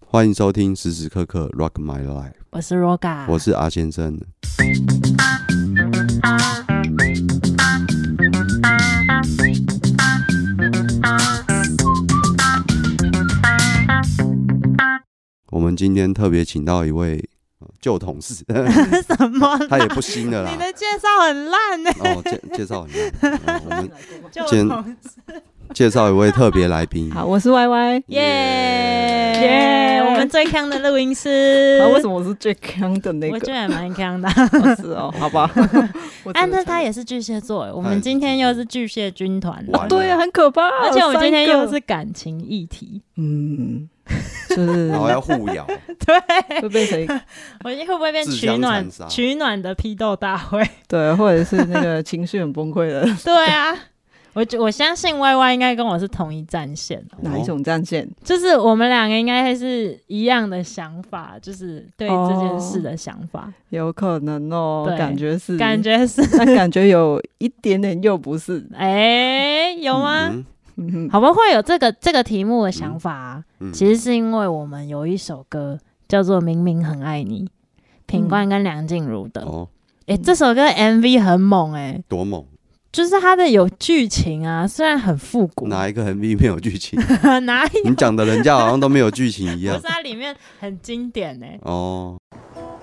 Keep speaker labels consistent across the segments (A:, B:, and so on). A: 欢迎收听时时刻刻 Rock My Life，
B: 我是 Roga，
A: 我是阿先生。我们今天特别请到一位呃旧同事，
B: 什么啦？
A: 他也不新了
B: 你
A: 啦。
B: 的介绍很烂呢、
A: 哦，介介绍很烂、嗯我们
B: 就
A: 今
B: 同事
A: 介绍一位特别来宾，
C: 好，我是 Y Y。
B: 耶
C: 耶
B: 耶！我们最强的录音师，
C: 啊，为什么我是最坑的那
B: 我觉
C: 个？
B: 得也蛮强的。
C: 哦是哦，好 吧。我只能
B: 安特
C: 承
B: 他
C: 认
B: 也是巨蟹座耶，欸我
A: 他也
B: 们
A: 是
B: 今天又是巨蟹军团
A: 完了
C: 对啊，很可怕。
B: 而且我们今天
C: 三个
B: 又是感情议题，
C: 嗯， 就是
A: 然后要互咬，
B: 对
C: 会变成
B: 我会不会变
A: 自
B: 取
A: 相残
B: 暖
A: 杀
B: 取暖的批斗大会？
C: 对，或者是那个情绪很崩溃 的
B: 对啊，我觉我相信 Y Y 应该跟我是同一战线，
C: 哪一种战线？
B: 就是我们两个应该是一样的想法，就是对这件事的想法，
C: 有可能哦，
B: 对
C: 感觉是
B: 感，觉是
C: 但感觉有一点点又不是。
B: 哎、有吗？
A: 嗯
C: 嗯哼，
B: 好吧，会有这个这个题目的想法、啊，
A: 嗯
B: 其实是因为我们有一首歌叫做《明明很爱你》，品冠跟梁静茹的。哎、
A: 哦，
B: 这首歌 MV 很猛哎、
A: 多猛！
B: 就是它的有剧情啊，虽然很复古，
A: 哪一个 MV 没有剧情？
B: 哪有？
A: 你讲的人家好像都没有剧情一
B: 不
A: 样
B: 是。啊它里面很经典哎、
A: 哦，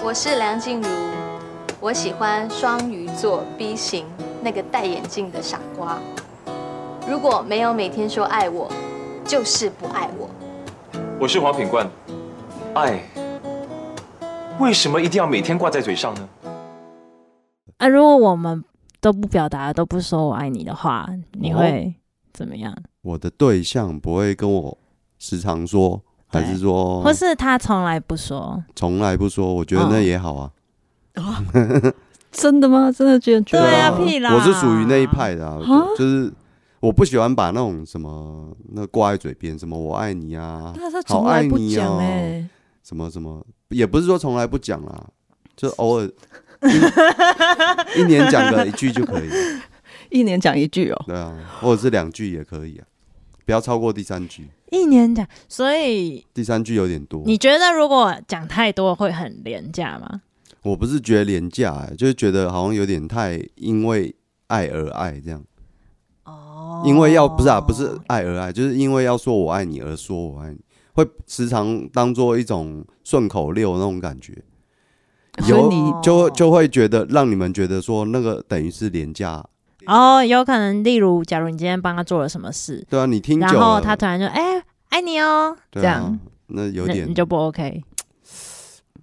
D: 我是梁静茹，我喜欢双鱼座 B 型那个戴眼镜的傻瓜。如果没有每天说爱我，就是不爱我。
E: 我是黄品冠，爱为什么一定要每天挂在嘴上呢？
B: 啊，如果我们都不表达，都不说我爱你的话，你
A: 哦
B: 会怎么样？
A: 我的对象不会跟我时常说，还是说
B: 或是他从来不说？
A: 从来不说？我觉得那也好啊。
C: 真的吗？真的觉得？哦
B: 对啊，
C: 觉得
B: 屁啦！
A: 我是属于那一派的、啊，我就就是我不喜欢把那种什么那挂在嘴边，什么我爱你啊，
C: 但是他
A: 好
C: 从
A: 爱
C: 来不
A: 你
C: 讲
A: 哦
C: 哎，
A: 什么什么，也不是说从来不讲啦，就偶尔一 一年讲个一句就可以了，
C: 一年讲一句哦。
A: 对啊，或者是两句也可以啊，不要超过第三句，
B: 一年讲，所以
A: 第三句有点多。
B: 你觉得如果讲太多会很廉价吗？
A: 我不是觉得廉价、欸，就是觉得好像有点太因为爱而爱这样。
B: 哦
A: 因为要不是啊，不是爱而爱，就是因为要说我爱你而说我爱你，会时常当做一种顺口溜那种感觉，
C: 所以
A: 有
C: 你
B: 哦
A: 就就会觉得让你们觉得说那个等于是廉价，
B: 哦，有可能，例如，假如你今天帮他做了什么事，
A: 对啊，你听
B: 然
A: 久
B: 后
A: 了，
B: 他突然就哎、爱你哦，
A: 对
B: 这
A: 啊
B: 样，
A: 那有
B: 那
A: 点
B: 你就不 OK。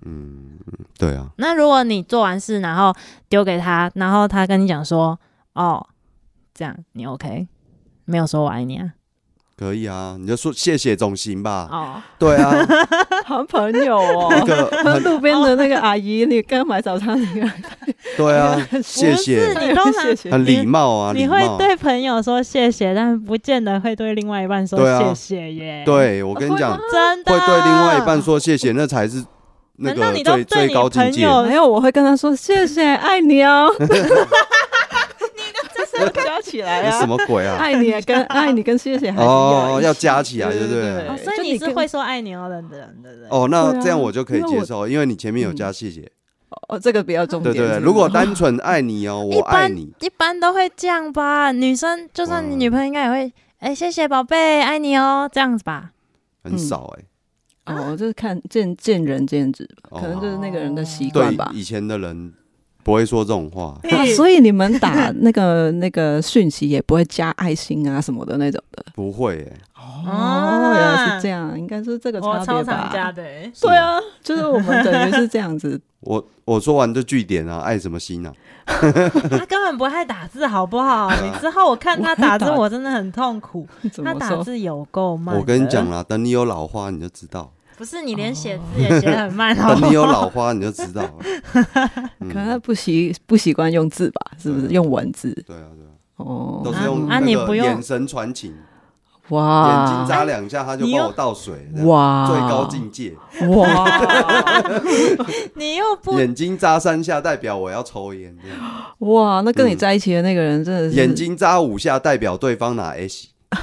A: 嗯，对啊，
B: 那如果你做完事，然后丢给他，然后他跟你讲说哦，这样你 OK，没有说我爱你啊，
A: 可以啊，你就说谢谢总行吧，
B: 哦，
A: 对啊，
C: 好朋友哦，
A: 一个很
C: 路边的那个阿姨，你刚买早餐那个，
A: 对啊，谢
B: 不
A: 谢，
B: 是你通常
C: 谢谢
A: 很礼貌啊，
B: 你
A: 礼
B: 会
A: 貌，
B: 对朋友说谢谢，但不见得会对另外一半说
A: 对啊
B: 谢谢耶。，
A: 对我跟你讲，
B: 真的
A: 会对另外一半说谢谢，那才 是那
B: 难道
A: 个
B: 你都
A: 最
B: 对
A: 最
B: 你
A: 高境
B: 朋
A: 界。
B: 友
C: 没有，我会跟他说谢谢，爱你 哦。你的这是加起来
A: 那什
C: 啊，
A: 么鬼 啊？
B: 哎
C: 爱你啊 跟爱你跟谢谢还是
A: 哦，要
C: 要
A: 加起来，对不
C: 对
A: 对？
B: 哦，所
C: 就
B: 以
C: 你
B: 你是
C: 跟
B: 会说爱你哦的人的人。
A: 哦，那
C: 对啊
A: 这样我就可以
C: 因为
A: 接
C: 我
A: 受，因为你前面有
B: 嗯
A: 加谢谢，
C: 哦，这个比较重
A: 对
C: 点。
A: 对
C: 是
A: 对。
C: 不是
A: 如果单纯爱你哦，
B: 一
A: 我爱
B: 般
A: 你，
B: 一般都会这样吧，女生就算你女朋友应该也会，哎、谢谢宝贝，爱你哦，这样子吧。
A: 很
B: 嗯
A: 少哎。
C: 哦，就是看见见仁见智吧，
A: 哦
C: 可能就是那个人的习惯吧
A: 对，。以前的人不会说这种话，
C: 啊所以你们打那个那个讯息也不会加爱心啊什么的那种 的。
A: 不会哎。
C: 哦，原来是这样，应该是这个
B: 啊我
C: 差
B: 超
C: 别
B: 常加
C: 吧。
B: 的、欸，
A: 是
C: 对
A: 吗，
C: 啊，就是我们等于是这样子。
A: 我我说完就据点啊，爱什么心啊？
B: 他根本不爱打字，好不好？你之后我看他打字，我真的很痛苦。
C: 怎
B: 他
C: 么
B: 打
C: 说？
B: 字有够慢。
A: 我跟你讲，啊啦，等你有老花你就知 道，
B: 不是你连写字也写得很慢，哦好
A: 等
B: 不
A: 你有
B: 好
A: 老花你就知道了。嗯
C: 可能他不习不习惯用字吧，是不是
A: 对
C: 用文字？
A: 对啊对啊，
C: 哦，
A: 都是用
B: 啊
A: 那
B: 你不
A: 个
B: 用啊
A: 眼神传情，眼睛
C: 哇
A: 眨两下他就
B: 你
A: 帮
B: 又
A: 我倒水，这样
C: 哇，
A: 最高境界。
C: 哇
B: 你又不
A: 眼睛眨三下代表我要抽烟，这样
C: 哇，那跟你在一起的那个人真的是
A: 眼睛眨五下代表对方拿 S。
C: 哎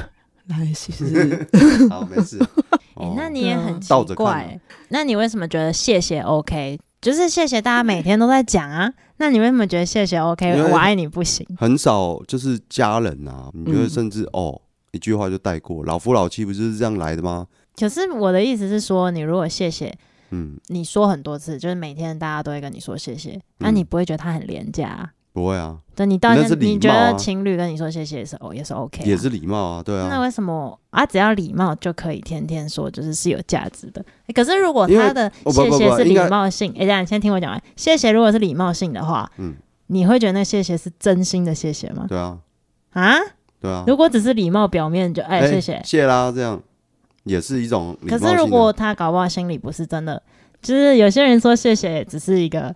C: 来，其实
A: 好，没事。
B: 诶
A: 哦
B: 欸那你也
C: 对啊
B: 很奇
A: 倒着看啊
B: 怪、那你为什么觉得谢谢 OK？就是谢谢大家每天都在讲啊，那你为什么觉得谢谢 OK？
A: 因为
B: 我爱你不行？
A: 很少就是家人啊，你觉得
B: 嗯
A: 甚至、哦一句话就带过，老夫老妻不就是这样来的吗？
B: 可是我的意思是说，你如果谢谢，
A: 嗯，
B: 你说很多次，就是每天大家都会跟你说谢谢，那、你不会觉得他很廉价、啊？
A: 不会啊，
B: 对你到一
A: 嗯那是
B: 个，
A: 礼
B: 你觉
A: 貌啊
B: 得情侣跟你说谢谢也是哦，也是 OK，、
A: 也是礼貌啊，对
B: 那
A: 啊，
B: 为什么啊？只要礼貌就可以天天说，就是是有价值的。欸可是如果
A: 因为
B: 他的
A: 哦不
B: 谢
A: 不
B: 谢
A: 不
B: 是
A: 应
B: 礼
A: 该
B: 貌性，哎、等一下你先听我讲完。谢谢如果是礼貌性的话，
A: 嗯
B: 你会觉得那谢谢是真心的谢谢吗？
A: 对啊，
B: 啊？
A: 对啊，
B: 如果只是礼貌表面就哎、谢谢，
A: 谢啦，这样也是一种礼貌
B: 可
A: 性的
B: 是如果他搞不好心里不是真的，就是有些人说谢谢只是一个，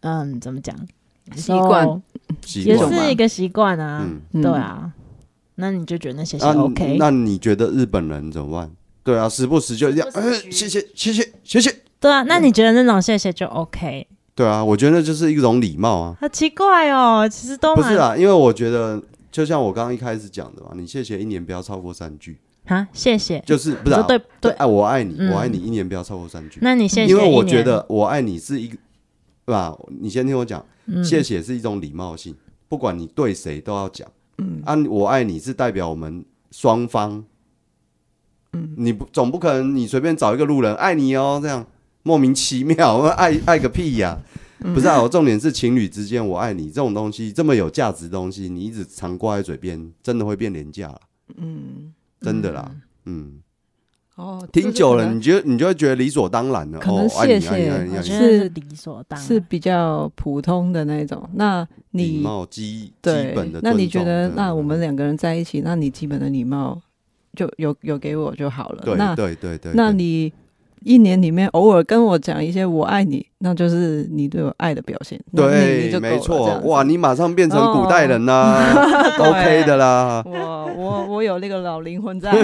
B: 嗯，怎么讲？
C: 习惯
B: So，
A: 习
B: 也
A: 惯嘛
B: 是一个习惯啊，
A: 嗯，
B: 对啊。那你就觉得那谢谢
A: 那
B: OK？
A: 那你觉得日本人怎么办？对啊，时不时就这样，呃，谢谢谢谢谢谢，
B: 对啊，那你觉得那种谢谢就 OK？
A: 对啊，我觉得那就是一种礼貌啊，
B: 好奇怪哦，其实都
A: 不是啊
B: 蛮
A: 啦，因为我觉得就像我刚刚一开始讲的嘛，你谢谢一年不要超过三句，
B: 啊，谢谢。
A: 就是不
B: 你
A: 是、
B: 说
A: 啊、
B: 对对
A: 爱我爱你，
B: 嗯
A: 我爱你，一年不要超过三句。
B: 那你谢谢，
A: 因为我觉，得我爱你是一个，对吧？你先听我讲，谢谢是一种礼貌性，不管你对谁都要讲。嗯，啊，我爱你是代表我们双方。嗯，你不总不可能你随便找一个路人爱你哦，这样莫名其妙， 爱爱个屁呀、 不是啊，我重点是情侣之间我爱你这种东西，这么有价值的东西，你一直常挂在嘴边，真的会变廉价了。嗯，真的啦，嗯，
C: 哦，
A: 听久了，你就你就会觉得理所当然了。
C: 可能
A: 哦，爱你
C: 谢
A: 爱你
C: 谢
A: 爱你
B: 我
A: 爱你
B: 觉，得是
C: 是
B: 理所当然。
C: 是比较普通的那种。那
A: 礼
C: 你
A: 貌基基
C: 对
A: 本的，
C: 那你
A: 尊
C: 觉
A: 重
C: 得
A: 对
C: 那我们两个人在一起，那你基本的礼貌就有有给我就好了。
A: 对
C: 那
A: 对对对，
C: 那
A: 对
C: 你一年里面偶尔跟我讲一些“我爱你”，那就是你对我爱的表现。那你你
A: 对
C: 就够了
A: 没
C: 这
A: 错
C: 样子哦
A: 哇，你马上变成古代人啦
C: 对
A: ，OK 的啦，
C: 我我我有那个老灵 魂在，对，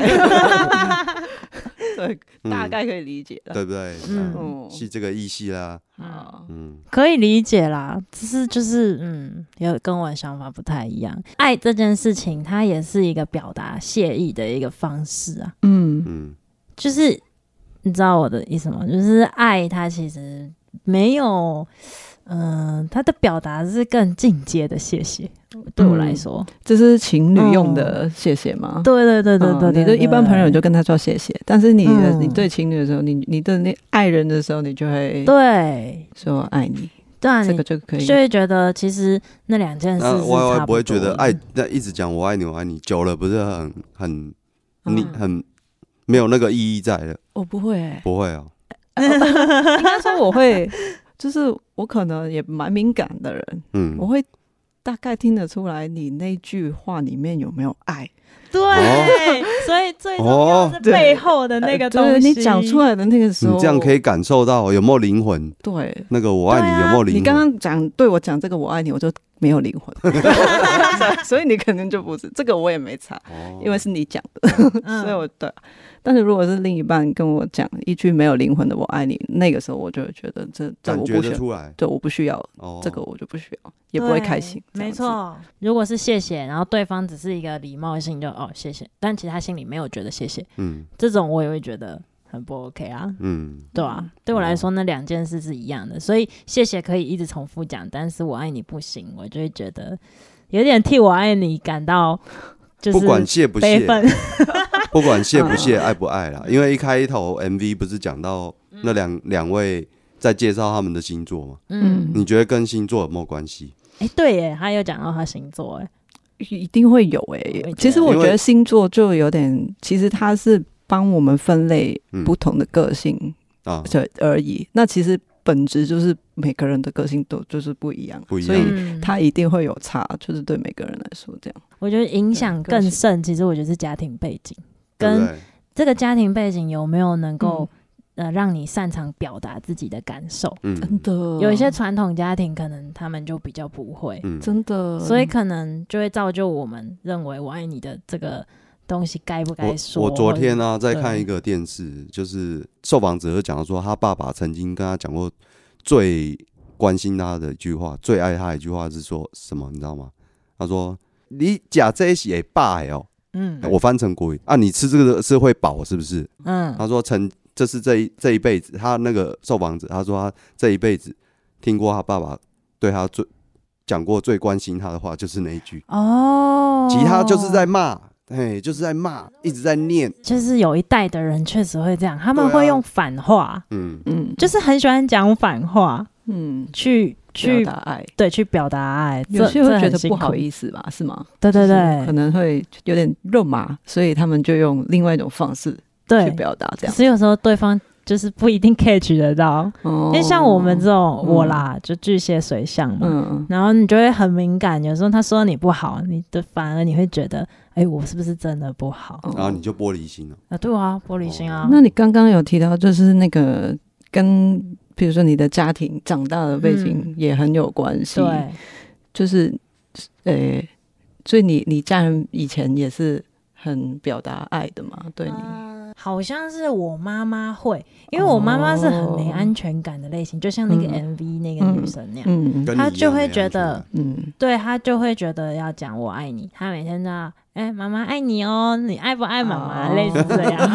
A: 嗯
C: 大概可以理解了。
A: 对不对？
B: 嗯
A: 嗯，
C: 嗯，
A: 是这个意思啦，
C: 好，
A: 嗯，
B: 可以理解啦，只是就是嗯，有跟我的想法不太一样。爱这件事情，它也是一个表达谢意的一个方式啊。
C: 嗯
A: 嗯，
B: 就是你知道我的意思吗？就是爱它其实没有，嗯、它的表达是更进阶的谢谢。对我来说，
C: 这是情侣用的
A: 嗯
C: 谢谢吗？
B: 对对对对
C: 嗯
B: 对对，
C: 你
B: 对
C: 对一般朋友你就跟他说谢谢，但是你的
B: 嗯
C: 你对情侣的时候，你你对那爱人的时候，你就会
B: 对，
C: 说爱你，
B: 对啊，
C: 这
B: 你
C: 个就可以
B: 就。会觉得其实那两件事
A: 那
B: 是
A: 我
B: 差
A: 也不会
B: 多
A: 觉得
C: 嗯
B: 的
A: 爱，那一直讲我爱你我爱你，久了不是很很你
C: 嗯
A: 很没有那个意义在了，
C: 我不会欸，
A: 哦不会哦，
C: 应该说我会， 就是我可能也蛮敏感的人，
A: 嗯
C: 我，会大概听得出来你那句话里面有没有爱。
B: 对，所以最重要
A: 哦
B: 是背后的那个东西。
C: 对你讲出来的那个时
A: 你
C: 候，
A: 嗯这样可以感受到有没有灵魂，
C: 对。
A: 那个我爱你有没有
C: 对啊你
A: 灵
C: 刚
A: 魂？
C: 刚讲对我讲这个“我爱你”，我就没有灵魂， 所以你可能就不是这个，我也没差，
A: 哦
C: 因为是你讲的，
B: 嗯，
C: 所以我对。啊但是如果是另一半跟我讲一句没有灵魂的“我爱你”，那个时候我就会觉得这这
A: 感
C: 我
A: 觉
C: 不需
A: 得
C: 要，
A: 出来
C: 对我不需要
A: 哦，
C: 这个，我就不需要，也不会开心。
B: 对
C: 这
B: 没
C: 样子，
B: 错，如果是谢谢，然后对方只是一个礼貌性就哦谢谢，但其实他心里没有觉得谢谢，
A: 嗯
B: 这种我也会觉得很不 OK 啊，
A: 嗯，
B: 对啊，对我来说那两件事是一样的，所以谢谢可以一直重复讲，但是我爱你不行，我就会觉得有点替我爱你感到就是
A: 不管谢不
B: 悲
A: 谢，
B: 愤，
A: 不管谢不
C: 嗯
A: 谢、 爱不爱啦，因为一开头 MV 不是讲到那两两位在介绍他们的星座吗？
B: 嗯，
A: 你觉得跟星座有没有关系？
B: 哎、对耶，他有讲到他星座哎，
C: 一定会有诶、
B: 我也觉得
C: 其实
A: 因
C: 我觉
A: 为
C: 得星座就有点，其实它是帮我们分类
A: 嗯
C: 不同的个性。
A: 啊，
C: 这而已。那其实本质就是每个人的个性都就是不一样，啊
A: 不一样
C: 所以
B: 嗯
C: 他一定会有差，就是对每个人来说这样。
B: 我觉得影响
C: 对个
B: 更
C: 性
B: 甚，其实我觉得是家庭背景，
A: 对不
B: 跟
A: 对？
B: 这个家庭背景有没有能够、
C: 嗯
B: 呃让你擅长表达自己的感受。
A: 嗯
C: 的，
B: 有一些传统家庭可能他们就比较不会，
A: 嗯，
C: 真的，
B: 所以可能就会造就我们认为我爱你的这个东西该不该说
A: 我我昨天啊
B: 或者
A: 呢、在
B: 对
A: 看一个电视，就是受访者就讲到说，他爸爸曾经跟他讲过最关心他的一句话，最爱他的一句话是说什么？你知道吗？他说：“你假这些也罢哦，
B: 嗯
A: 我翻成国语啊，你吃这个是会饱是不是？
B: 嗯，
A: 他说曾这是这一这一辈子，他那个受访者他说他这一辈子听过他爸爸对他最讲过最关心他的话就是那一句，
B: 哦，
A: 其他就是在骂，嘿，就是在骂，一直在念，
B: 就是有一代的人确实会这样，他们
A: 对啊
B: 会用反话，
A: 嗯，
C: 嗯，
B: 就是很喜欢讲反话
C: 嗯，
B: 去
C: 表
B: 去
C: 达爱，
B: 对去表达爱，
C: 有些会觉得不好
B: 思，
C: 意思吧，是吗？
B: 对对
C: 就是可
B: 对
C: 能会有点肉麻，所以他们就用另外一种方式去
B: 对，
C: 表达这
B: 可
C: 样。
B: 是有时候对方就是不一定 catch 得到，
C: 因
B: 因为像我们这，种
C: 嗯
B: 我啦，就巨蟹水象嘛，
C: 嗯，
B: 然后你就会很敏感，有时候他说你不好，你的反而你会觉得，哎，我是不是真的不好？
C: 哦
A: 然后你就玻璃心了，
B: 啊，对啊，玻璃心啊，
C: 那你刚刚有提到，就是那个跟，比如说你的家庭长大的背景
B: 嗯
C: 也很有关系，
B: 对，
C: 就是，呃、所以你你家人以前也是很表达爱的嘛，对你，
B: 啊好像是我妈妈会，因为我妈妈是很没安全感的类型，就像那个
C: 哦嗯
B: MV 那个女生那样，
C: 嗯
A: 跟你
C: 嗯
A: 一样
B: 他就会
A: 没安全
B: 觉得
A: 感
C: 嗯
B: 对她就会觉得要讲我爱你，她每天都要哎妈妈爱你哦，你爱不爱妈妈，
C: 哦
B: 类似这样，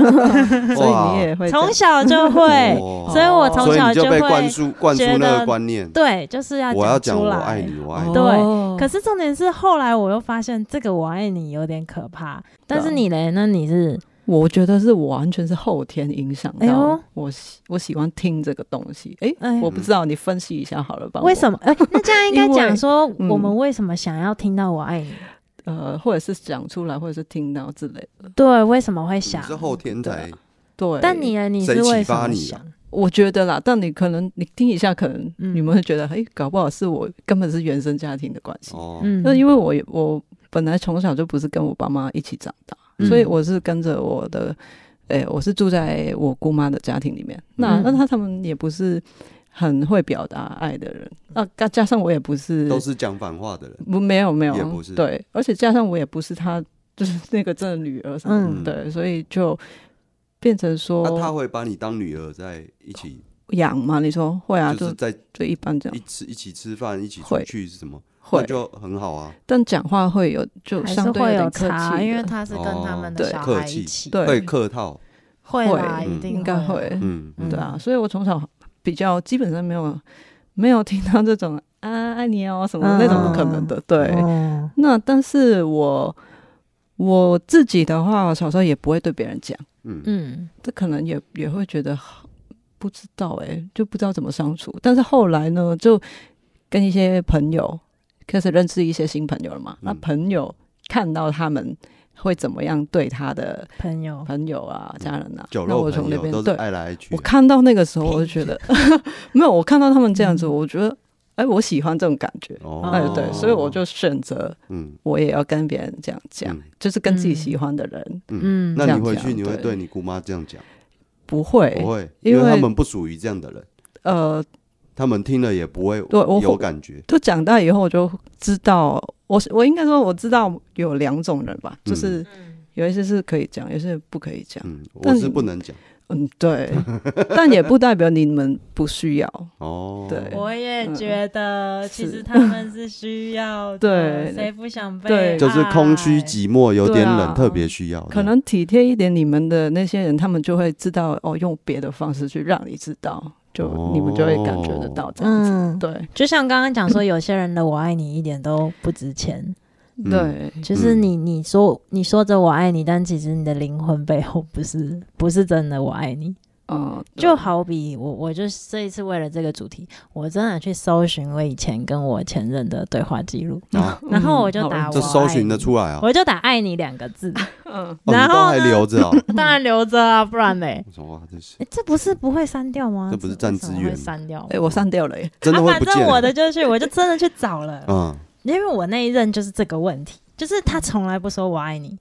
C: 所
A: 哇
C: 以你也 会
B: 从小就会，
A: 哦
B: 所以我从
A: 所以
B: 小
A: 你就被灌
B: 会
A: 输灌输
B: 觉
A: 那
B: 得
A: 个观念，
B: 对，就是要
A: 我要
B: 讲
A: 讲
B: 出
A: 我
B: 来
A: 爱你，我爱你，
B: 对
C: 哦
B: 可是重点是，后来我又发现这个“我爱你”有点可怕。但
A: 啊
B: 是你嘞？那你是
C: 我觉得是我完全是后天影响
B: 哎
C: 到
B: 呦
C: 我喜我喜欢听这个东西。哎、
B: 哎
C: 我不知道，你分析一下好了吧？
B: 为 什么？哎、那这样应该
C: 因为
B: 讲说，
C: 嗯
B: 我们为什么想要听到“我爱你
C: 我？呃，或者是讲出来，或者是听到之类的。”？
B: 对，为什么会想
A: 嗯你？是后天才
C: 对对，
B: 但你呢？你是
A: 谁启
B: 为什
A: 发
B: 么
A: 你啊
B: 想？
C: 我觉得啦，但你可能你听一下，可能
B: 嗯
C: 你们会觉得，哎、搞不好是我根本是原生家庭的关系。
A: 哦，
B: 嗯，
C: 那、因为我也我本来从小就不是跟我爸妈一起长大，
A: 嗯
C: 所以我是跟着我的，诶、我是住在我姑妈的家庭里面。那、
B: 嗯
C: 那他他们也不是很会表达爱的人，那、加加上我也不是，
A: 都是讲反话的人，
C: 不没有没有，
A: 也不是
C: 对，而且加上我也不是他，就是那个真的女儿什么
B: 嗯
C: 的，对，所以就变成
B: 哦
A: 那啊他
C: 说
A: 会把你当女儿在一起，
C: 养嘛，你说会啊，
A: 就是
C: 就
A: 在
C: 就一般这
A: 一
C: 样
A: 吃一起吃饭，一起出
C: 会
A: 去是什么？那
C: 会，
A: 就很好啊，
C: 但讲话会有就
B: 还是
C: 相对有
B: 会有
C: 点客
B: 差，
C: 气
B: 因为
C: 的，
B: 他是跟他们
C: 哦
B: 的小
A: 对
B: 孩一起，
C: 客气对
A: 会客套，
B: 会啦，
C: 会
B: 一
A: 嗯
B: 定
C: 应该
B: 啊
C: 会，
A: 嗯，
B: 嗯
C: 对啊，所以我从小比较基本上没有没有听到这种啊爱你哦什么的那种不可能
A: 嗯
C: 的，对。
B: 哦
C: 那但是我我自己的话，我小时候也不会对别人讲，
A: 嗯，
B: 嗯
C: 这可能也也会觉得不知道哎、就不知道怎么相处。但是后来呢，就跟一些朋友开始认识一些新朋友了嘛，那
A: 嗯
C: 朋友看到他们会怎么样对他的
B: 朋友，
C: 朋友啊、家人啊，
A: 嗯酒
C: 那
A: 肉
C: 我从
A: 朋
C: 那
A: 友
C: 边
A: 都是
C: 对
A: 爱来爱去
C: 我
A: 的，
C: 看到那个时候，我就觉得 没有，我看到他们这样
A: 嗯
C: 子，我觉得哎、我喜欢这种感觉。
A: 哦
C: 哎，对，所以我就选择
A: 嗯
C: 我也要跟别人这样讲，
A: 嗯
C: 就是跟自己喜欢的人
A: 嗯。
B: 嗯，
A: 那
C: 这
A: 你
C: 样
A: 回
C: 讲
A: 去你会
C: 对
A: 对你姑妈这样讲？
C: 不会，
A: 不会，
C: 因
A: 因为他
C: 为
A: 们不属于这样的人，
C: 呃，
A: 他们听了也不会
C: 对我
A: 有感觉。
C: 就长大以后我就知道，我是我应该说我知道有两种人吧，
A: 嗯
C: 就是有一些是可以讲，有一些是不可以讲，
A: 嗯，
C: 但
A: 我是
C: 你
A: 不能讲
C: 嗯，对，但也不代表你们不需要，
A: 哦。
C: 对嗯
B: 我也觉得，其
C: 是
B: 实他们是需要的，
C: 对
B: 谁不想被
C: 对
B: 爱
A: 就是空虚、寂寞、有点
C: 对啊
A: 冷，特别需要。
C: 可能体贴一点你们的那些人，他们就会知道哦，用别的方式去让你知道，就
A: 哦
C: 你们就会感觉得到这样子。
B: 嗯，
C: 对
B: 就像刚刚讲说，有些人的“我爱你”一点都不值钱，
A: 嗯
C: 对，
B: 就是你你说你说着我爱你，但其实你的灵魂背后不是不是真的我爱你。
C: 嗯，
B: 就好比我我就这一次为了这个主题，我真的去搜寻我以前跟我前任的对话记录，
A: 啊，
C: 嗯，
B: 然后我就打
C: 好
B: 我
A: 这搜寻的出来啊，哦
B: 我就打“爱你”两个字，
C: 嗯，
A: 你
B: 然
A: 都
B: 后
A: 还
B: 呢
A: 留着哦。
B: 当然留着啊，不然嘞。
A: 我说哇，这是
B: 诶这不是不会删掉吗？
A: 这不是占资源
B: 为什么会删掉吗
C: 哎、？我删掉了耶，
A: 真的
B: 啊，
A: 会
B: 反
A: 不见欸
B: 正我
A: 了。
B: 的就去，我就真的去找了，
A: 嗯，
B: 因为我那一任就是这个问题，就是他从来不说我爱你，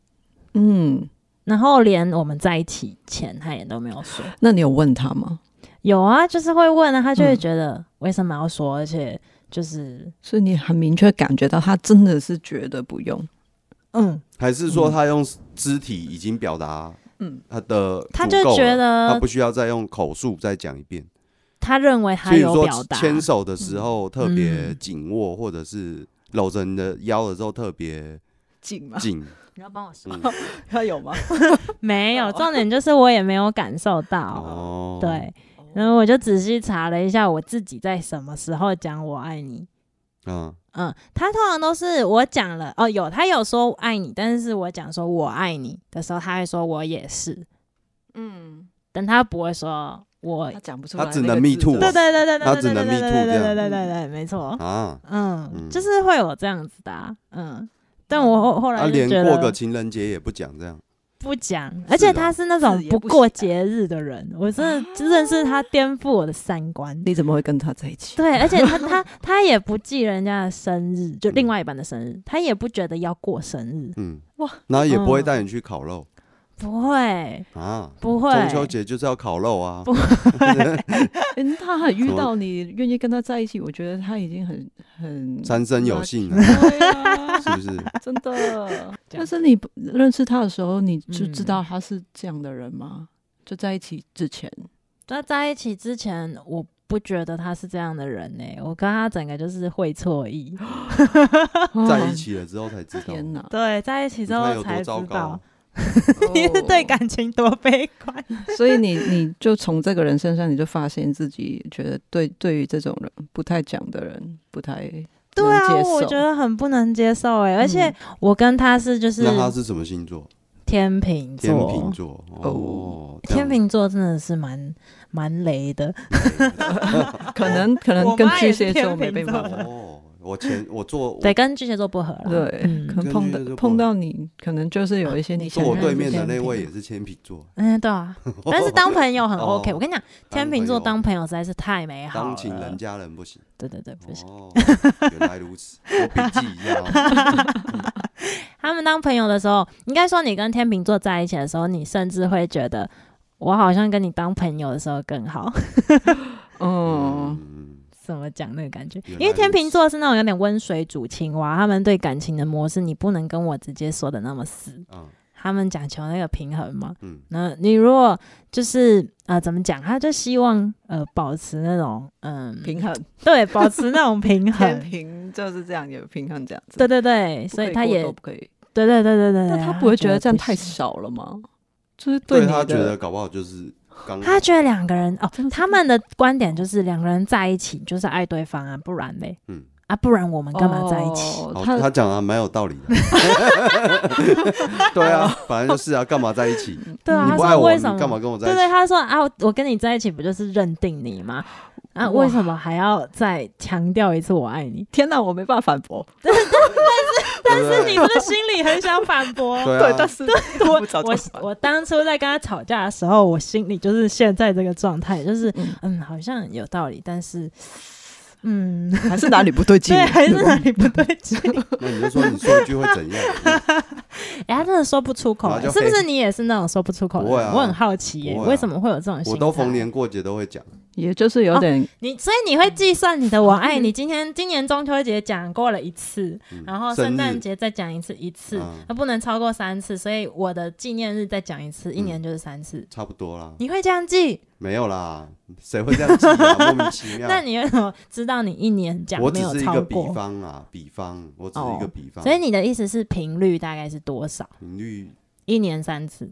C: 嗯，
B: 然后连我们在一起前他也都没有说。
C: 那你有问他吗？
B: 有啊，就是会问啊，他就会
C: 嗯
B: 觉得为什么要说，而且就是
C: 所以你很明确感觉到他真的是觉得不用，
B: 嗯，
A: 还是说他用肢体已经表达，
C: 嗯，
A: 他的
B: 他
A: 足
B: 就
A: 够了
B: 觉
A: 他
B: 得
A: 不需要再用口述再讲一遍。
B: 他认为他
A: 所以
B: 有
A: 说
B: 表达，
A: 牵手的时候特别
B: 嗯
A: 紧握，或者是搂着你的腰的时候特别
C: 紧吗？
A: 紧，嗯
B: 你要帮我说？
C: 他有吗？
B: 没有，重点就是我也没有感受到。
A: 哦，
B: 对，然后我就仔细查了一下我自己在什么时候讲我爱你。
A: 嗯，
B: 嗯，他通常都是我讲了哦，有他有说爱你，但是我讲说我爱你的时候，他会说我也是，
C: 嗯，
B: 但他不会说我。
C: 他讲不 出
A: 他
C: 来，
A: 只能 me too
B: 对对对对对
A: 他
B: 对
A: 只
B: 对对
A: 能 me
B: 对
A: too 这
B: 对对
A: 样
B: 对对对，没错。
A: 啊，
B: 嗯，
A: 嗯
B: 就是会有这样子的啊、嗯。但我后后来
A: 他
B: 就
A: 啊连
B: 觉
A: 过个
B: 得
A: 情人节也不讲这样，
B: 不讲，
A: 哦
B: 而且他是那种
C: 字也
B: 不
C: 不
B: 过
C: 写
B: 节日的人，我真
A: 啊
B: 的真的是他颠覆我的三观。
C: 你怎么会跟他在一 起？
B: 对，而且他 他他也不记人家的生日，就
A: 嗯
B: 另外一半的生日，他也不觉得要过生日，
A: 嗯，
C: 哇，
A: 然后也不会带你去烤肉
B: 不会
A: 啊，
B: 不会，
A: 中秋节就是要烤肉啊，
C: 嗯，他很遇到你，愿意跟他在一起，我觉得他已经很很
A: 三生有幸 啊，
C: 对啊，
A: 是不是？
C: 真的。但是你不认识他的时候，你就知
B: 嗯
C: 道他是这样的人吗？就在一起之前，
B: 在在一起之前，我不觉得他是这样的人呢、我跟他整个就是会错意。
A: 在一
C: 哦，
A: 起了之后才知道，
C: 天哪，
B: 对，在一起
A: 你
B: 之后
A: 看有
B: 才
A: 多
B: 知
A: 糟
B: 道
A: 糕，，啊
B: 你是对
C: 哦
B: 感情多悲观。
C: 所以你你就从这个人身上，你就发现自己觉得对对于这种人不太讲的人不太
B: 对啊，
C: 能接受
B: 我觉得很不能接受哎、而且
C: 嗯
B: 我跟他是就是
A: 那他是什么星座？
B: 天
A: 天
B: 秤座，
A: 秤座哦，这样
B: 天秤座真的是蛮蛮雷的，啊
C: 可能可能跟巨蟹座没被
B: 我妈也是天秤座的
C: 办法，
A: 哦，我前我做我
B: 对，跟巨蟹座不合啦。
C: 对，可
B: 嗯
C: 能碰
A: 跟巨蟹座不
C: 到
A: 合
C: 碰到你，可能就是有一些你
A: 坐
C: 想
A: 我
C: 象
A: 对
C: 不
A: 面的
C: 见
A: 那位
C: 平
A: 也是天秤座，
B: 嗯，对 啊，但是当朋友很
A: 哦
B: OK。我跟你讲，天秤座当朋友实在是太美好了。
A: 当情人家人不行
B: 对对对，不是
A: 哦，原来如此，我笔记一样哦，
B: 他们当朋友的时候，应该说你跟天秤座在一起的时候，你甚至会觉得我好像跟你当朋友的时候更好。
C: 嗯，
A: 嗯，
B: 怎么讲那个感觉？
A: 原来
B: 因为天秤座是那种有点温水煮青蛙，他们对感情的模式，你不能跟我直接说的那么死，
A: 啊
B: 他们讲求那个平衡嘛。
A: 嗯
B: 那你如果就是呃怎么讲，他就希望呃保持那种嗯、
C: 平衡
B: 对，保持那种平
C: 天
B: 衡。
C: 平就是这样，有平衡这样子，
B: 对对对，
C: 不
B: 所以
C: 可
B: 他
C: 过
B: 也
C: 多不可以，
B: 对对对对对，
C: 那
B: 对
C: 哎他不会觉得这样
B: 不
C: 太
B: 行
C: 少了吗？就是
A: 对
C: 你
A: 他
C: 的
A: 觉得搞不好就是刚
B: 他觉得两个人哦
C: 真，的是
B: 他们的观点就是两个人在一起就是爱对方啊，不然嘞
A: 嗯，
B: 啊，不然我们干嘛在一起？
C: 哦
A: 好
C: 他
A: 他讲的蛮有道理的， 对啊，反正就是啊，干嘛在一起？
B: 对啊，
A: 你
B: 他
A: 不爱
B: 说
A: 我，
B: 为
A: 你
B: 什么？
A: 干嘛跟我在
B: 对对，
A: 一起？
B: 他说啊，我跟你在一起不就是认定你吗？啊，
C: 哇
B: 为什么还要再强调一次我爱你？
C: 天哪，我没办法反驳，
A: 但是
B: 你是不是心里很想反驳？
A: 对
C: 对，但
A: 啊，
C: 是
B: 我
C: 不知道怎么
B: 我
C: 办
B: 我当初在跟他吵架的时候，我心里就是现在这个状态，就是
C: 嗯
B: 嗯，好像有道理，但是嗯，
C: 还是哪里不对劲，
B: 对，还是哪里不对 劲？
A: 那你就说你说一句会怎样？
B: 哎、他真的说不出口、
A: 然后就
B: 欸，是不是
A: 黑
B: 你也是那种说不出口的人？
A: 不会啊
B: 我很好奇耶、
A: 不会啊
B: 为什么会有这种心态？
A: 我都逢年过节都会讲，
C: 也就是有
B: 哦
C: 点
B: 你，所以你会计算你的我爱你。今天今年中秋节讲过了一次，
A: 嗯
B: 然后
A: 生
B: 圣诞
A: 日
B: 节再讲一次，一次，啊
A: 嗯
B: 那不能超过三次，所以我的纪念日再讲一
A: 嗯
B: 次，一年就是三次。
A: 差不多啦，
B: 你会这样记？
A: 没有啦，谁会这样记啊？莫名其妙。
B: 那你为什么知道你一年讲
A: 我
B: 没
A: 只
B: 有
A: 是一
B: 超
A: 个比
B: 过？哦
A: 方啊，比方，我只是一个比方。
B: 所以你的意思是频率大概是多少？
A: 频率
B: 一年三次？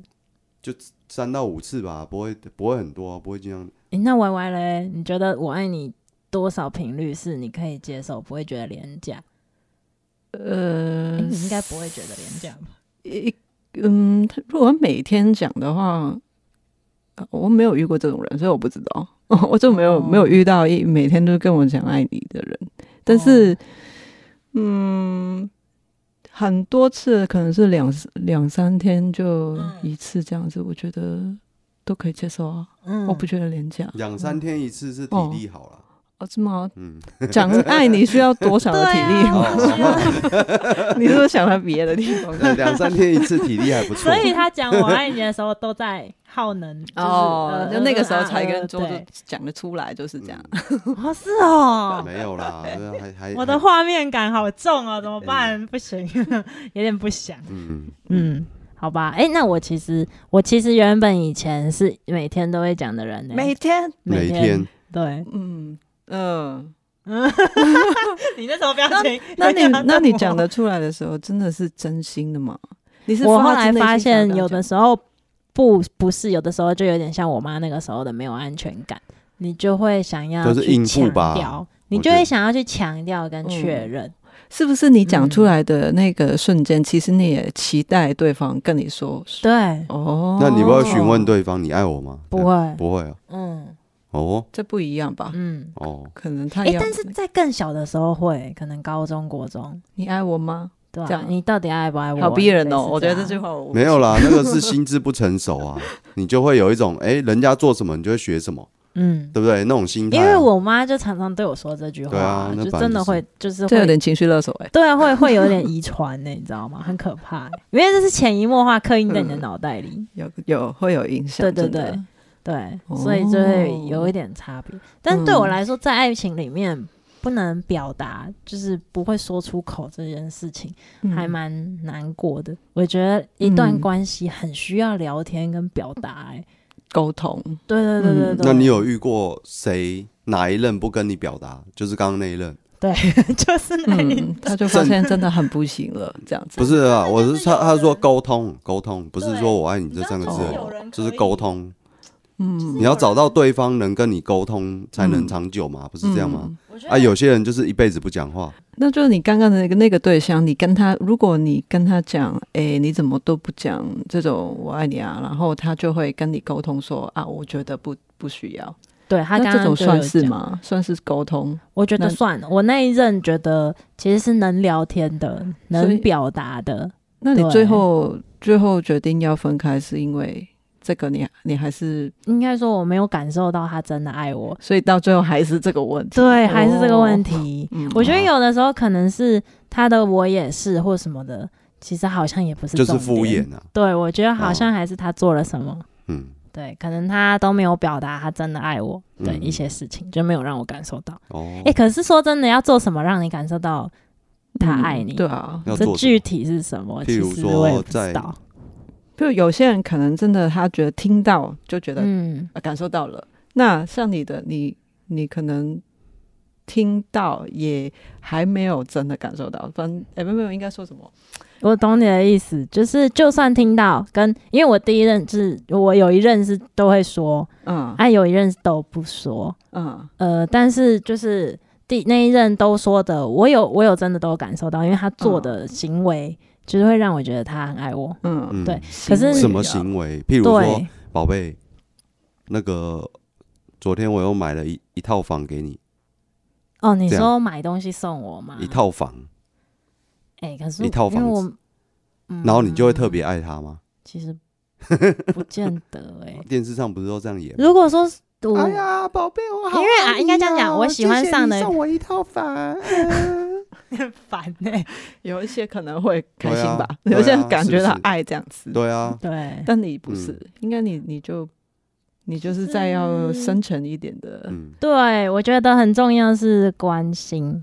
A: 三到五次吧，不会不会很多，不会经常。
B: 诶那 Y Y 嘞？你觉得我爱你多少频率是你可以接受，不会觉得廉价？
C: 呃
B: 诶你嗯应该不会觉得廉价吧？
C: 一嗯，他如果每天讲的话、呃我没有遇过这种人，所以我不知道， 我就没有、
B: 哦
C: 没有遇到一每天都跟我讲爱你的人。但
B: 哦
C: 是，嗯，很多次可能是两两三天就
B: 嗯
C: 一次这样子，我觉得都可以接受啊，
B: 嗯
C: 我不觉得廉价。
A: 两三天一次是体力好了，
C: 哦，这么
A: 嗯，
C: 讲爱你需要多少的体力？
B: 对啊
C: 你是不是想到别的地 方？
A: 对两三天一次体力还不错
B: 所。 以他讲我爱你的时候都在耗 能，就是
C: 哦，
B: 呃
C: 就那个时候
B: 呃
C: 才跟
B: 呃
C: 桌子
B: 对
C: 讲得出来，就是这样。
B: 哦，是 哦，
A: 没有啦，对啊还还
B: 我的
A: 还
B: 画面感好重哦，怎么 办？不行，有点不想。
A: 嗯，
B: 嗯，好吧，哎、那我其实我其实原本以前是每天都会讲的人呢、
C: 天，
A: 每
B: 天哦
A: 天
B: 对，
C: 嗯嗯，
B: 你那什么表情？
C: 那你
B: 有点
C: 那你
B: 像
C: 讲
B: 我
C: 得出来的时候，真的是真心的吗？你是
B: 我后
C: 发自
B: 来
C: 内
B: 发
C: 心想要
B: 现，
C: 表
B: 有
C: 达
B: 的时候不不是，有的时候就有点像我妈那个时候的没有安全感，你就会想要
A: 就是
B: 去
A: 应付
B: 强
A: 吧
B: 调，你
A: 我
B: 就
A: 觉
B: 会
A: 得
B: 想要去强调跟确认。
C: 是不是你讲
B: 嗯
C: 出来的那个瞬间，其实你也期待对方跟你说
B: 对，
C: 哦？
A: 那你不要询问，对方你爱我吗？
B: 不会，
A: 不会啊，
B: 嗯
A: 哦
C: 这不一样吧？
B: 嗯。
A: 哦，
C: 可能他
B: 哎、
C: 要，
B: 但是在更小的时候会，可能高中国中，
C: 你爱我吗？
B: 对啊
C: 这
B: 吧、
C: 样
B: 你到底爱不爱我？啊
C: 好逼人
B: 类
C: 哦！
B: 似
C: 我觉得
B: 这
C: 这
B: 样
C: 句话我
A: 没有啦，那个是心智不成熟啊， 你就会有一种哎、诶人家做什么你就会学什么，
B: 嗯，
A: 对不对？那种心态、
B: 因
A: 啊，
B: 为我妈就常常对我说这句话，
A: 对啊那
B: 就
A: 本来
B: 真
A: 就
B: 的
A: 是
B: 会，就是
C: 这有
B: 会
C: 点情绪勒索哎。
B: 对啊，会会有点遗传呢，你知道吗？很可怕欸、因为这是潜移默化刻印在
A: 嗯
B: 你的脑袋里。
C: 有有会有影响，
B: 对对
C: 真的
B: 对对，
C: 哦
B: 所以就会有一点差别。
C: 嗯
B: 但对我来说，在爱情里面不能表达，就是不会说出口这件事情，
C: 嗯
B: 还蛮难过的。我觉得一段
C: 嗯
B: 关系很需要聊天跟表达、欸。
C: 沟通，
B: 对对对对啊
C: 嗯
B: 对，
A: 那你有遇过谁哪一任不跟你表达？就是刚刚那一任，
B: 对，就是那一
C: 嗯，他就发现真的很不行了，这样子
A: 不是啊，
B: 真的
A: 我
B: 真
A: 是
B: 的
A: 他
B: 有
A: 他说
B: 人
A: 沟通沟通，不是
B: 对
A: 说我爱你
B: 你
A: 这
B: 知道
A: 三个
B: 就
A: 字
B: 是
A: 而已
B: 有人
A: 就是
B: 可以
A: 沟通，
C: 嗯
A: 你要找到对方能跟你沟通才能
C: 嗯
A: 长久嘛，不是这样吗
C: 嗯？
B: 我觉得
A: 啊，有些人就是一辈子不讲话，
C: 那就是你刚刚的那个那个对象，你跟他，如果你跟他讲，哎、你怎么都不讲这种我爱你啊，然后他就会跟你沟通说啊，我觉得不不需要。
B: 对他
C: 那
B: 刚
C: 这
B: 刚
C: 种
B: 就
C: 算
B: 有
C: 是
B: 讲？
C: 吗？算是沟通？
B: 我觉得
C: 那
B: 算。我那一任觉得其实是能聊天的，
C: 所以
B: 能表达的。
C: 那你
B: 对
C: 最后最后决定要分开，是因为这个你你还是
B: 应该说我没有感受到他真的爱我，
C: 所以到最后还是这个问题？
B: 对，还是这个问
C: 哦。
B: 题。
C: 嗯
B: 我觉得有的时候可能是他的我也是或什么的，其实好像也不是
A: 就是
B: 重
A: 敷
B: 点。
A: 衍啊，
B: 对，我觉得好
A: 哦
B: 像还是他做了什么，
A: 嗯，
B: 对，可能他都没有表达他真的爱我的
A: 嗯
B: 一些事情，就没有让我感受到。
A: 哦
B: 哎、，可是说真的，要做什么让你感受到他爱你？
C: 对啊，
A: 要
B: 这
A: 做什
B: 具
A: 么？
B: 体是什么？
A: 譬
B: 其
A: 如
B: 实
A: 说
B: 我也不
A: 在
B: 知道。
C: 就有些人可能真的他觉得听到就觉得、
B: 嗯，
C: 呃感受到了。那像你的，你你可能听到也还没有真的感受到，反正哎，没有没有，应该说什么？
B: 我懂你的意思，就是就算听到跟，因为我第一任是，我有一任是都会说，
C: 嗯
B: 啊，有一任是都不说，
C: 嗯
B: 呃，但是就是第那一任都说的，我有我有真的都有感受到，因为他做
A: 嗯
B: 的行为就是会让我觉得他很爱我。
C: 嗯，
A: 嗯，
B: 对可是
A: 什么行为？譬如说
B: 对，，
A: 宝贝，那个昨天我又买了一一套房给你，
B: 哦，你
A: 这样
B: 说买东西送我吗？
A: 一，套房，
B: 哎、可是
A: 一套
B: 因为
A: 房
B: 我
A: 子，
B: 嗯
A: 然后你就会特别爱他吗？
B: 其实不见得哎、
A: 电视上不是都这样演吗？
B: 如果说是我、
F: 哎呀，宝贝，我好
B: 因为啊
F: 爱
B: 应该这样
F: 你哦
B: 讲我喜欢
F: 谢谢
B: 上
F: 你
B: 的
F: 送我一套房。
B: 很烦哎、
C: 有一些可能会开
A: 对
C: 心
A: 啊
C: 吧，
A: 对啊
C: 有些人感觉
A: 是
C: 到
A: 不是
C: 爱这样子，
A: 对 啊，
B: 对，
C: 但你不
A: 嗯
C: 是，应该你你就你就是再要深沉一点的，
A: 嗯，
B: 对我觉得很重要是关心。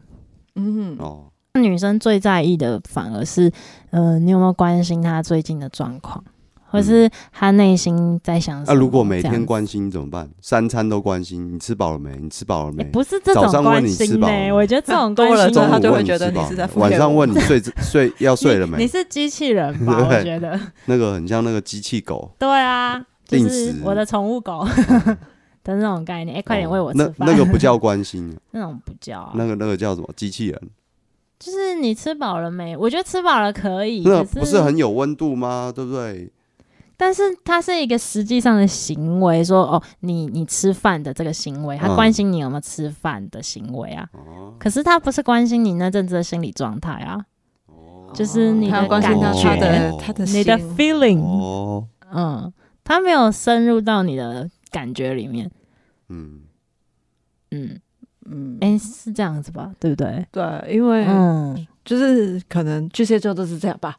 C: 嗯
A: 哦，
B: 女生最在意的反而是，呃，你有没有关心她最近的状况，或是她内心在想什
A: 那嗯
B: 么？
A: 啊如果每
B: 这样
A: 天
B: 子
A: 关心怎么办？三餐都关心，你吃饱了没？你吃饱了
B: 欸
A: 没？
B: 不啊是这
A: 早
B: 种
A: 上问
B: 关
A: 你吃
B: 心
A: 饱
B: 呢、
A: 了吗
B: 我觉得这种
C: 多
B: 关
C: 了
B: 心
C: 之后
A: 中
C: 他
A: 午
C: 就会
A: 问
C: 觉得
A: 吃
C: 你
A: 饱
C: 是
A: 了
C: 在
A: 没
C: 敷
A: 晚
C: 衍
A: 上
C: 我
A: 问你 睡睡要睡了
B: 你
A: 没？
B: 是机器人吧？我
A: 对
B: 觉得，
A: 那个很像那个机器狗，
B: 对啊，就
A: 定
B: 是
A: 时
B: 我的宠物狗 的那种概念。 哎、快点
A: 哦
B: 喂我吃
A: 那
B: 饭、
A: 那个不叫关心，
B: 那种不叫、啊，
A: 那个那个叫什么？机器人，
B: 就是你吃饱了没？我觉得吃饱了可以，
A: 那
B: 可
A: 不是很有温度吗？对不对？
B: 但是它是一个实际上的行为，说哦，你你吃饭的这个行为，他
A: 嗯
B: 关心你有没有吃饭的行为啊。
A: 哦
B: 可是他不是关心你那阵子的心理状态啊，
A: 哦
B: 就是你的
C: 他要关心到
B: 感
C: 他的
A: 觉
C: 他的
B: 你的
C: 心
B: feeling，、
A: 哦，
B: 嗯，他没有深入到你的感觉里面，
A: 嗯，
B: 嗯，
C: 嗯，
B: 哎、是这样子吧，对不对？
C: 对，因为
B: 嗯，
C: 就是可能巨蟹座都是这样 吧，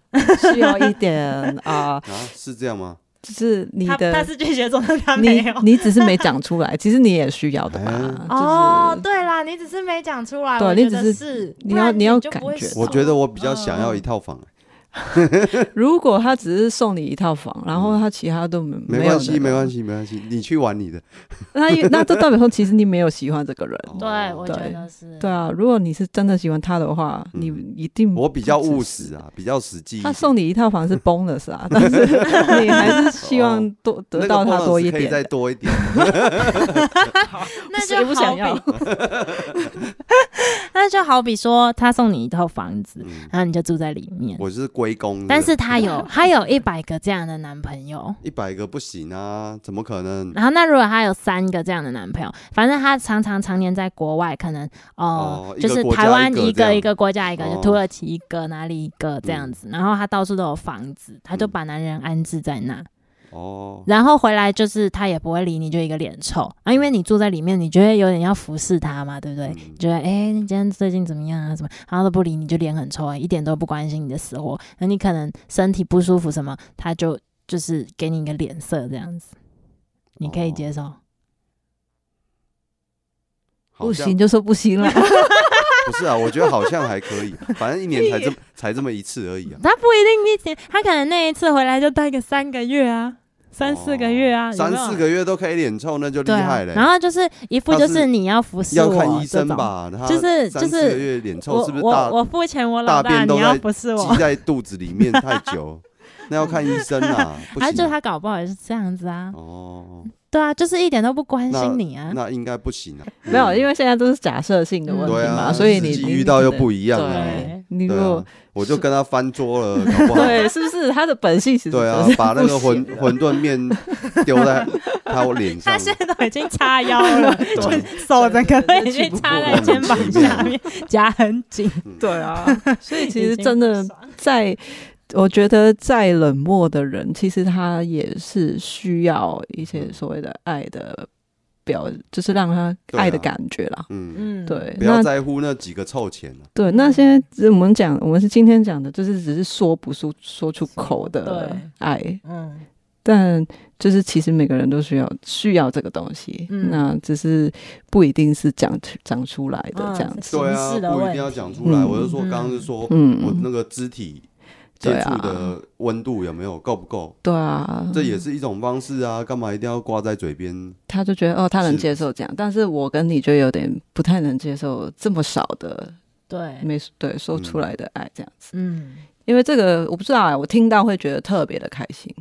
C: 需要一点啊、
A: 啊，是这样吗？
C: 就是你
B: 他他
C: 的
B: 是巨蟹座，但他没
C: 你
B: 有。
C: 你只是没讲出 来，其实你也需要的吧？
A: 哎
C: 就是、
B: 哦，对啦，你只是没讲出来，
C: 对
B: 我
C: 你
B: 觉
C: 只
B: 得
C: 是
B: 是
C: 你
B: 不
C: 要
B: 然
C: 你要
B: 就不
C: 感
B: 会
C: 觉
B: 说
A: 我觉得我比较想要一套房，欸
C: 如果他只是送你一套房，然后他其他都没
A: 嗯没关系，没
B: 啊
C: 系。
A: 关系，没关系，你去玩你的。
B: 嗯
C: 那因为那这代表说，其实你没有喜欢这个人。
A: 哦
B: 对，我觉
C: 对
B: 得是。
C: 对啊，如果你是真的喜欢他的话，
A: 嗯
C: 你一定
A: 我比较
C: 不只
A: 务
C: 是
A: 实。啊，比较实际一点。
C: 他送你一套房是 bonus 啊，但是你还是希望
A: 哦
C: 多
A: 那
C: 得
A: 个
C: 到他
A: bonus
C: 多一
A: 可以
C: 点
A: 再
C: 的。
A: 多一点。
B: 那
C: 谁
B: 就
C: 不
B: 好
C: 想
B: 比
C: 要，
B: 那就好比说，他送你一套房子，
A: 嗯
B: 然后你就住在里面。
A: 我是归功的，
B: 但是他 有他有一百个这样的男朋友，
A: 一百个不行啊，怎么可能？
B: 然后那如果他有三个这样的男朋友，反正他常常常年在国外，可能哦
A: 哦，一
B: 就
A: 个
B: 是
A: 国家
B: 台湾
A: 一个这
B: 一个
A: 样
B: 一个国家一个，
A: 哦嗯
B: 就土耳其一个哪里一个这样子，然后他到处都有房子，他就把男人安置在那，
A: 哦，
B: 然后回来就是他也不会理你，就一个脸臭啊，因为你住在里面，你觉得有点要服侍他嘛，对不对？
A: 嗯
B: 你觉得哎、诶你今天最近怎么样啊？什么，然后都不理你，就脸很臭啊，一点都不关心你的死活。那你可能身体不舒服什么，他就就是给你一个脸色这样子，你可以
A: 哦
B: 接受？
A: 好
C: 不
A: 像
C: 行就说不行了。
A: 不是啊，我觉得好像还可以，反正一年才这么才这么一次而已啊，
B: 他不一定一天，他可能那一次回来就待个三个月啊，三四个月啊，
A: 哦
B: 有
A: 三
B: 没有
A: 四个月都可以脸臭，那就厉
B: 对啊
A: 害。了。
B: 然后就是一副就
A: 要
B: 是
A: 是
B: 你要服侍
A: 要
B: 我
A: 看医生
B: 这种。
A: 吧，他
B: 就是
A: 三
B: 就
A: 四
B: 是
A: 个月脸
B: 我
A: 臭是不是大
B: 我我付钱，我
A: 大
B: 老大，
A: 便都
B: 你要
A: 在
B: 服侍我
A: 积。在肚子里面太 久？那要看医生啊，不
B: 啊，就
A: 行
B: 他搞不好也是这样子啊，
A: 哦，
B: 对啊，就是一点都不关心你啊。
A: 那应该不行啊，
C: 没有，因
A: 为
C: 为现在都是假设性的问
A: 对
C: 题
A: 啊，
C: 嘛，所以你
A: 实际
C: 你
A: 遇到又不
C: 一
A: 一样啊，
B: 对
C: 你如
A: 对啊
C: 果，
A: 我就跟他翻桌了，搞不好。
C: 对，是不是他的本性其实
A: 啊对啊
C: 就是，
A: 把那
C: 不
A: 个馄
C: 行的
A: 馄饨面丢在他脸上
B: 他，现在都已经叉腰 了，就是手整个都已经插在肩膀下面，夹很紧。
C: 对啊，所以其实真的在，我觉得再冷漠的人，其实他也是需要一些所谓的爱的表，就是让他
A: 对啊
C: 爱的感觉啦。
A: 嗯，
B: 嗯，
C: 对，
A: 不要
C: 那
A: 在乎那几个臭钱啊了、
C: 对那现在我们讲，我们是今天讲的，就是只是说不出说出口的
B: 对
C: 爱，
B: 嗯，
C: 但就是其实每个人都需要需要这个东西，
B: 嗯
C: 那只是不一定是讲讲出来的
B: 嗯
C: 这样子。
A: 对啊，
B: 形式的
A: 不一
B: 问
A: 定要
B: 题
A: 讲出来。
C: 嗯
A: 我就说，
B: 嗯
A: 刚刚是说、
C: 嗯
A: 我那个肢体
C: 对
A: 接
C: 啊
A: 触的温度有没有够不够？
C: 对啊，
A: 这也是一种方式啊，干嘛一定要挂在嘴边？
C: 他就觉得哦，他能
A: 是
C: 接受这样，但是我跟你就有点不太能接受这么少的
B: 对，
C: 没对说出来的爱这样子，
B: 嗯，
C: 因为这个我不知道啊，我听到会觉得特别的开心。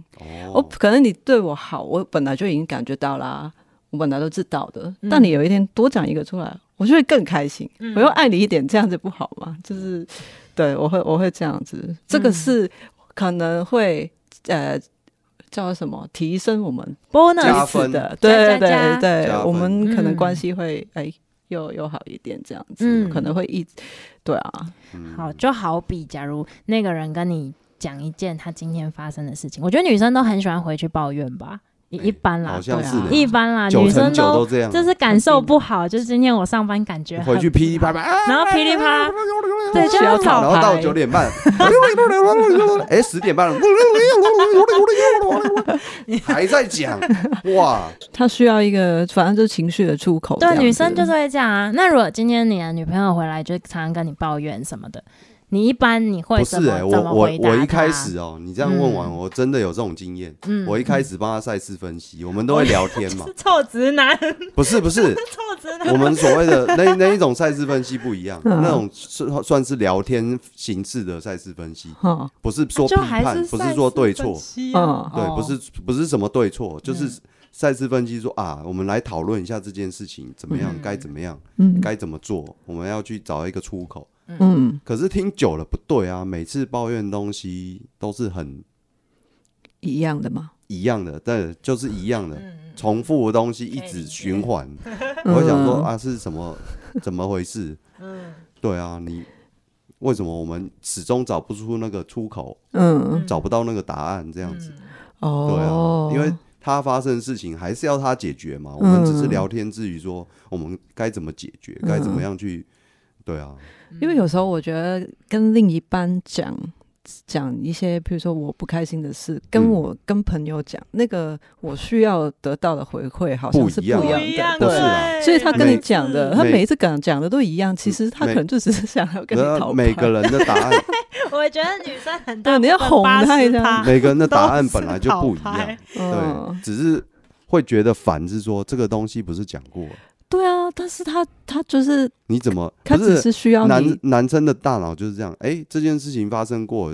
C: 我
A: 哦，
C: 可能你对我好，我本来就已经感觉到啦，我本来都知道的，
B: 嗯
C: 但你有一天多讲一个出来，我就会更开心。
B: 嗯
C: 我又爱你一点，这样子不好吗？就是对我会我会这样子，这个
B: 嗯
C: 是可能会呃。叫什么？提升我们
A: 加
B: bonus
A: 分
C: 是的，
B: 加
C: 对
B: 加
C: 对
B: 加
C: 对
A: 加，
C: 我
A: 分
C: 们可能
B: 嗯
C: 关系会哎又又好一点这样子，
B: 嗯
C: 可能会一对啊，
A: 嗯
B: 好，就好比假如那个人跟你讲一件他今天发生的事情，我觉得女生都很喜欢回去抱怨吧，一
A: 哎
B: 一般啦
A: 好，像是
C: 对啊
A: 的，
B: 一般啦，
A: 九
B: 女
A: 成
B: 生
A: 九都这样，啊嗯
B: 就是感受不好，就是今天我上班感觉很
A: 回去噼里啪啦，啊
B: 然后噼里啪啦，嗯对，就
C: 需要
B: 要
C: 吵
B: 吵
A: 然后到
B: 牌
A: 九点半，哎，十点半，还在讲，哇，
C: 他需要一个反正就是情绪的出口这样
B: 对，
C: 子，
B: 女生就是会这样啊。那如果今天你的女朋友回来，就常常跟你抱怨什么的，你一般你会
A: 不
B: 怎
A: 是
B: 么、
A: 哎，
B: 怎
A: 我
B: 么
A: 我
B: 回答
A: 我一
B: 她
A: 开始哦，你这样问完，
B: 嗯
A: 我真的有这种经验。
B: 嗯
A: 我一开始帮他赛事分析，我们都会聊天嘛
B: 是，臭直男，
A: 不是不是，
B: 臭直男。
A: 我们所谓的那那一种赛事分析不一样，
C: 嗯
A: 那种算算是聊天形式的赛事分析，
C: 哈，
A: 不是说批
B: 就还
A: 判，不是说对错，
C: 嗯，
A: 对，
B: 哦
A: 不是不是什么对错，就是
B: 嗯
A: 赛事分析说啊，我们来讨论一下这件事情怎么样，该怎么样，
C: 嗯
A: 该怎么做，我们要去找一个出口。
C: 嗯，
A: 可是听久了不对啊，每次抱怨东西都是很
C: 一样的嘛，
A: 一样的，但就是一样的，重复的东西一
B: 嗯可以理
A: 直
B: 解
A: 循环。 我想说
C: 嗯
A: 啊，是什么怎么回事？
B: 嗯，
A: 对啊，你为什么我们始终找不出那个出口，
C: 嗯
A: 找不到那个答案这样子？对
C: 哦嗯
A: 啊，，因为他发生的事情还是要他解决嘛，我们只是聊天至于说我们该怎么解决，
C: 嗯
A: 该怎么样去，对啊，
C: 因为有时候我觉得跟另一半讲讲一些，比如说我不开心的事，跟
A: 嗯
C: 我跟朋友讲，那个我需要得到的回馈好像是不一啊
A: 不
C: 样
A: 样
C: 的，
A: 不
C: 对
A: 不是啦
C: 所以他跟你
A: 每
C: 讲的，他
A: 每嗯
C: 每一次讲讲的都一样，其实他
A: 每
C: 可能就只是想要跟你
A: 然
C: 讨
A: 后
C: 拍
A: 每个人的答案，
B: 嗯我觉得女生很
C: 对
B: 大，
C: 你要哄她一下
A: 每个人的答 案本来就不一样，
C: 嗯
A: 对，只是会觉得烦，是说这个东西不是讲过，
C: 对啊，但是他他就是
A: 你怎么
C: 他
A: 不
C: 只是需要
A: 男
C: 你，
A: 男生的大脑就是这样，哎，这件事情发生过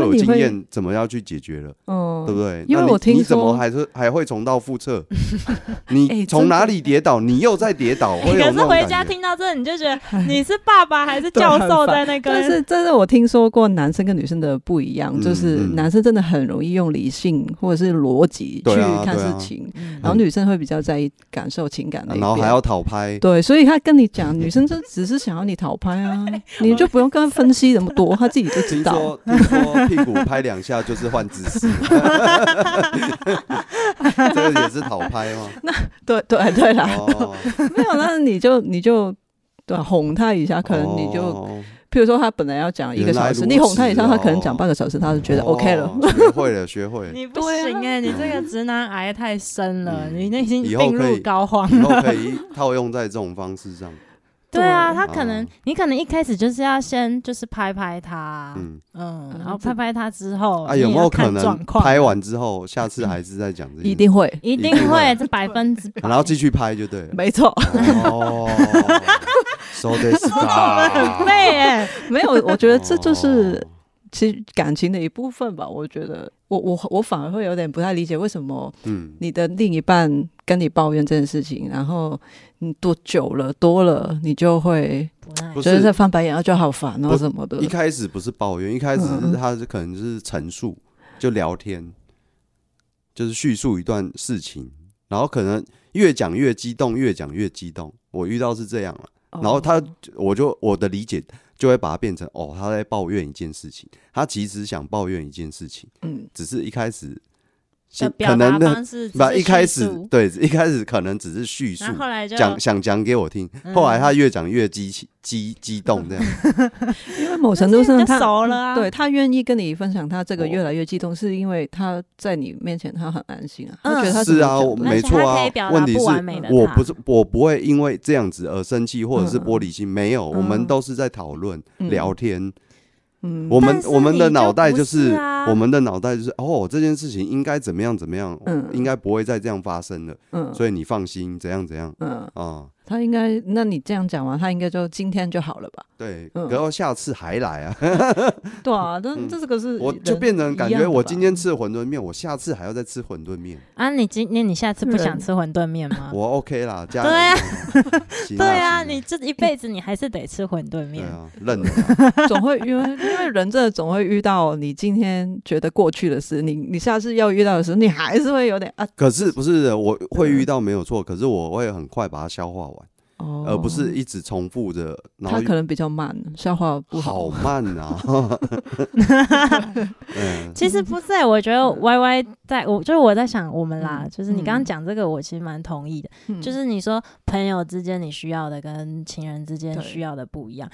A: 就
C: 为
A: 有
C: 你
A: 经
C: 会
A: 验，怎么要去解决了，
C: 嗯，
A: 对不对？
C: 因为
A: 那你
C: 我听
A: 你怎么
C: 说
A: 还是还会重蹈覆辙？
C: 哎
A: 你从
C: 真的
A: 哪里跌倒，你又再跌 倒，会有
B: 可
A: 那
B: 是
A: 种
B: 回
A: 感
B: 家
A: 觉。
B: 听到这，你就觉得你是爸爸还是教授在那 个？
C: 但是，但是我听说过男生跟女生的不一样，
A: 嗯
C: 就是
A: 嗯
C: 男生真的很容易用理性或者是逻辑去
A: 对啊
C: 看
A: 对
C: 事
A: 啊
C: 情，
B: 嗯
C: 然后女生会比较在意感受情感那一
A: 然后还
C: 边
A: 要讨拍，
C: 对，所以他跟你讲，女生就只是想要你讨拍啊，你就不用跟他分析那么多，他自己就知
A: 听
C: 道。
A: 说听说 屁股拍两下就是换姿势，这个也是讨拍吗？
C: 对对对啦，
A: 哦，
C: 没有，那你就你就对啊哄他一下， 可能你就，
A: 哦
C: 譬如说他本来要讲一个小时，
A: 原来如此
C: 你哄他一下，他可能
A: 哦
C: 讲半个小时，他就觉得 OK 了。
A: 哦学会了，学会了，
B: 你不行哎、你这个直男癌太深了，
A: 嗯
B: 你那已经
A: 以后
B: 病
A: 可
B: 入
A: 以
B: 膏肓。
A: 以后可以套用在这种方式 上，
B: 对啊，他可
A: 哦
B: 能、你可能一开始就是要先就是拍拍他，嗯
A: 嗯，
B: 然后拍拍他之后，
A: 啊，
B: 你
A: 有
B: 也
A: 没
B: 要
A: 有可
B: 看
A: 能
B: 状况
A: 拍完之后，下次还是在讲这
C: 啊嗯一
A: 些，
C: 定会，
B: 一定
A: 一定
B: 会
A: 会
B: 这百分之百，
A: 然后继续拍就对了。
C: 没错，
A: 哦，so this
B: 很累哎、
C: 没有，我觉得这
A: 哦
C: 就是其实感情的一部分吧。我觉得我我我反而会有点不太理解，为什么
A: 嗯，
C: 你的另一半跟你抱怨这件事情，然后你多久了多了，你就会
B: 不耐
A: 不
C: 觉得在
A: 是
C: 翻白眼，然后就好烦哦
A: 不
C: 什么的
A: 一。开始不是抱怨，一开始
C: 嗯嗯
A: 是他是可能是陈述，就聊天，就是叙述一段事情，然后可能越讲越激动，越讲越激动。我遇到是这样了，
C: 然
A: 然后他我就我的理解就会把它变成哦，他在抱怨一件事情，他其实想抱怨一件事情，
C: 嗯，
A: 只是一开始
B: 的
A: 先
B: 表
A: 可
B: 达
A: 能
B: 方
A: 呢，
B: 式只
A: 不
B: 是
A: 一开
B: 叙
A: 始
B: 述
A: 对一开始可能只是叙述
B: 然，后后来就嗯
A: 讲想讲给我听，后来他越讲越激起激激动这样，
C: 因为某程度上
B: 就
C: 他
B: 熟了啊，
C: 对他愿意跟你分享他这个
A: 哦
C: 越来越激动，是因为他在你面前他很安心啊，
B: 嗯
C: 他觉得他
A: 是啊，
C: 怎么
A: 我
C: 讲的
A: 没错
B: 而且他
A: 啊
B: 可以表达。
A: 问题
B: 不
A: 是
B: 完美的，
A: 我
B: 他
A: 不是我不会因为这样子而生气，或者是
C: 嗯
A: 玻璃心。没有，我
C: 嗯
A: 们都是在讨论
C: 嗯
A: 聊天。
C: 嗯，
A: 我们
B: 但是
A: 我们的
B: 你就
A: 脑袋
B: 不
A: 就是是
B: 啊
A: 我们的脑袋就是哦，这件事情应该怎么样怎么样
C: 嗯，
A: 应该不会再这样发生了。
C: 嗯
A: 所以你放心，怎样怎样
C: 嗯，
A: 啊？
C: 他应该，那你这样讲完，他应该就今天就好了吧？
A: 对，
C: 嗯
A: 然后下次还来啊，
C: 对啊，但
A: 嗯
C: 这这个是
A: 我就
C: 人
A: 变成
C: 一
A: 感
C: 样
A: 觉
C: 的
A: 我
C: 吧
A: 今天吃了馄饨面，我下次还要再吃馄饨面。
B: 啊，你今天你下次不想
C: 人
B: 吃馄饨面吗？
A: 我 OK 啦，加
B: 啊对啊
A: 油行
B: 对啊，
A: 行
B: 你这一辈子你还是得吃馄饨
A: 对
B: 面。
A: 啊，认了啦。
C: 总会因为因为人真的总会遇到你今天觉得过去的事，你你下次要遇到的时候，你还是会有点啊
A: 可是不是我会遇到没有错，可是我会很快把它消化完，
C: 哦，
A: 而呃不是一直重复着，然
C: 他
A: 后
C: 可能比较慢，消化不
A: 好
C: 好。
A: 慢啊。 嗯，
B: 其实不是、欸，我觉得 Y Y 在我就是我在想我们啦，
C: 嗯
B: 就是你刚刚讲这个，我其实蛮同意的。
C: 嗯
B: 就是你说朋友之间你需要的跟情人之间
C: 对
B: 需要的不一样，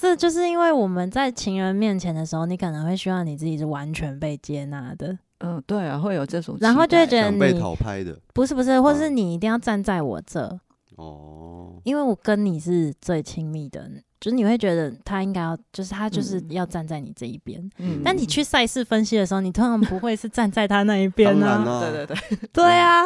B: 这就是因为我们在情人面前的时候，你可能会希望你自己是完全被接纳的，
C: 嗯，对啊，会有这种期待，
B: 然后就会觉得
A: 想被
B: 你
A: 讨拍的
B: 不是不是，或
A: 嗯
B: 是你一定要站在我这，
A: 哦，
B: 因为我跟你是最亲密的，就是你会觉得他应该要，就是他就是
C: 嗯
B: 要站在你这一边。
C: 嗯
B: 但你去赛事分析的时候，你通常不会是站在他那一边
A: 当然
B: 啊。
A: 啦，
C: 对对对，
B: 对啊，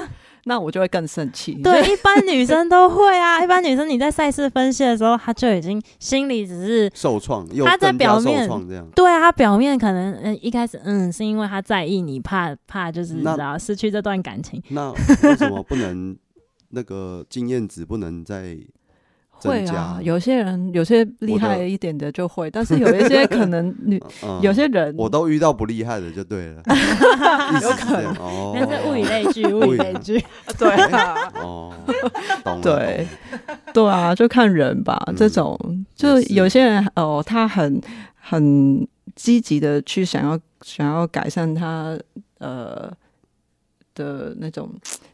C: 那我就会更生气。
B: 对，一般女生都会啊。一般女生你在赛事分析的时候，她就已经心里只是
A: 受创又
B: 他在
A: 增加
B: 表
A: 受
B: 面
A: 创这样。
B: 对啊，她表面可能嗯一开始嗯是因为她在意你，怕怕就是
A: 那
B: 然后失去这段感情。
A: 那为什么不能那个经验值不能再
C: 会
A: 增
C: 啊
A: 加，
C: 有些人有些厉
A: 我的
C: 害一点的就会，但是有一些可 能女
A: 嗯
C: 有些人
A: 我都遇到不厉害的就对了，有可能哦，
B: 那是物以类聚，物以类聚。
C: 对 啊，
A: 哦，懂了
C: 对对啊，就看人吧。
A: 嗯
C: 这种就
A: 也是
C: 有些人哦，他很很积极的去想要想要改善他呃的那种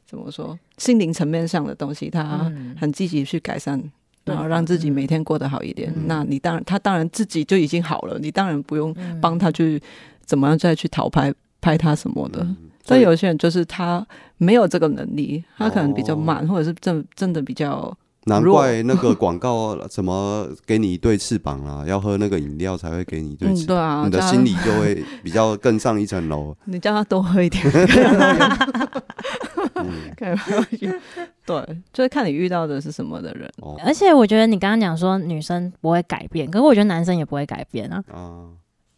C: 怎么说心灵层面上的东西，他
B: 嗯
C: 很积极去改善
B: 对
C: 然后让自
A: 嗯
C: 己每天过得好一点。那你当然，他当然自己就已经好了，你当然不用
B: 嗯
C: 帮他去怎么样再去讨拍拍他什么的。
A: 所
C: 但
A: 以
C: 有些人就是他没有这个能力，他可能比较
A: 哦
C: 慢，或者是真真的比较
A: 难
C: 弱
A: 怪那个广告啊什么给你一对翅膀啊，要喝那个饮料才会给你一对
C: 嗯
A: 翅
C: 对
A: 膀，
C: 啊，
A: 你的
C: 这样
A: 心理就会比较更上一层 楼。
C: 你叫他多喝一 点，
A: 嗯
C: 开玩笑。对，就是看你遇到的是什么的人。
A: 哦，
B: 而且我觉得你刚刚讲说女生不会改变，可是我觉得男生也不会改变啊。
A: 啊，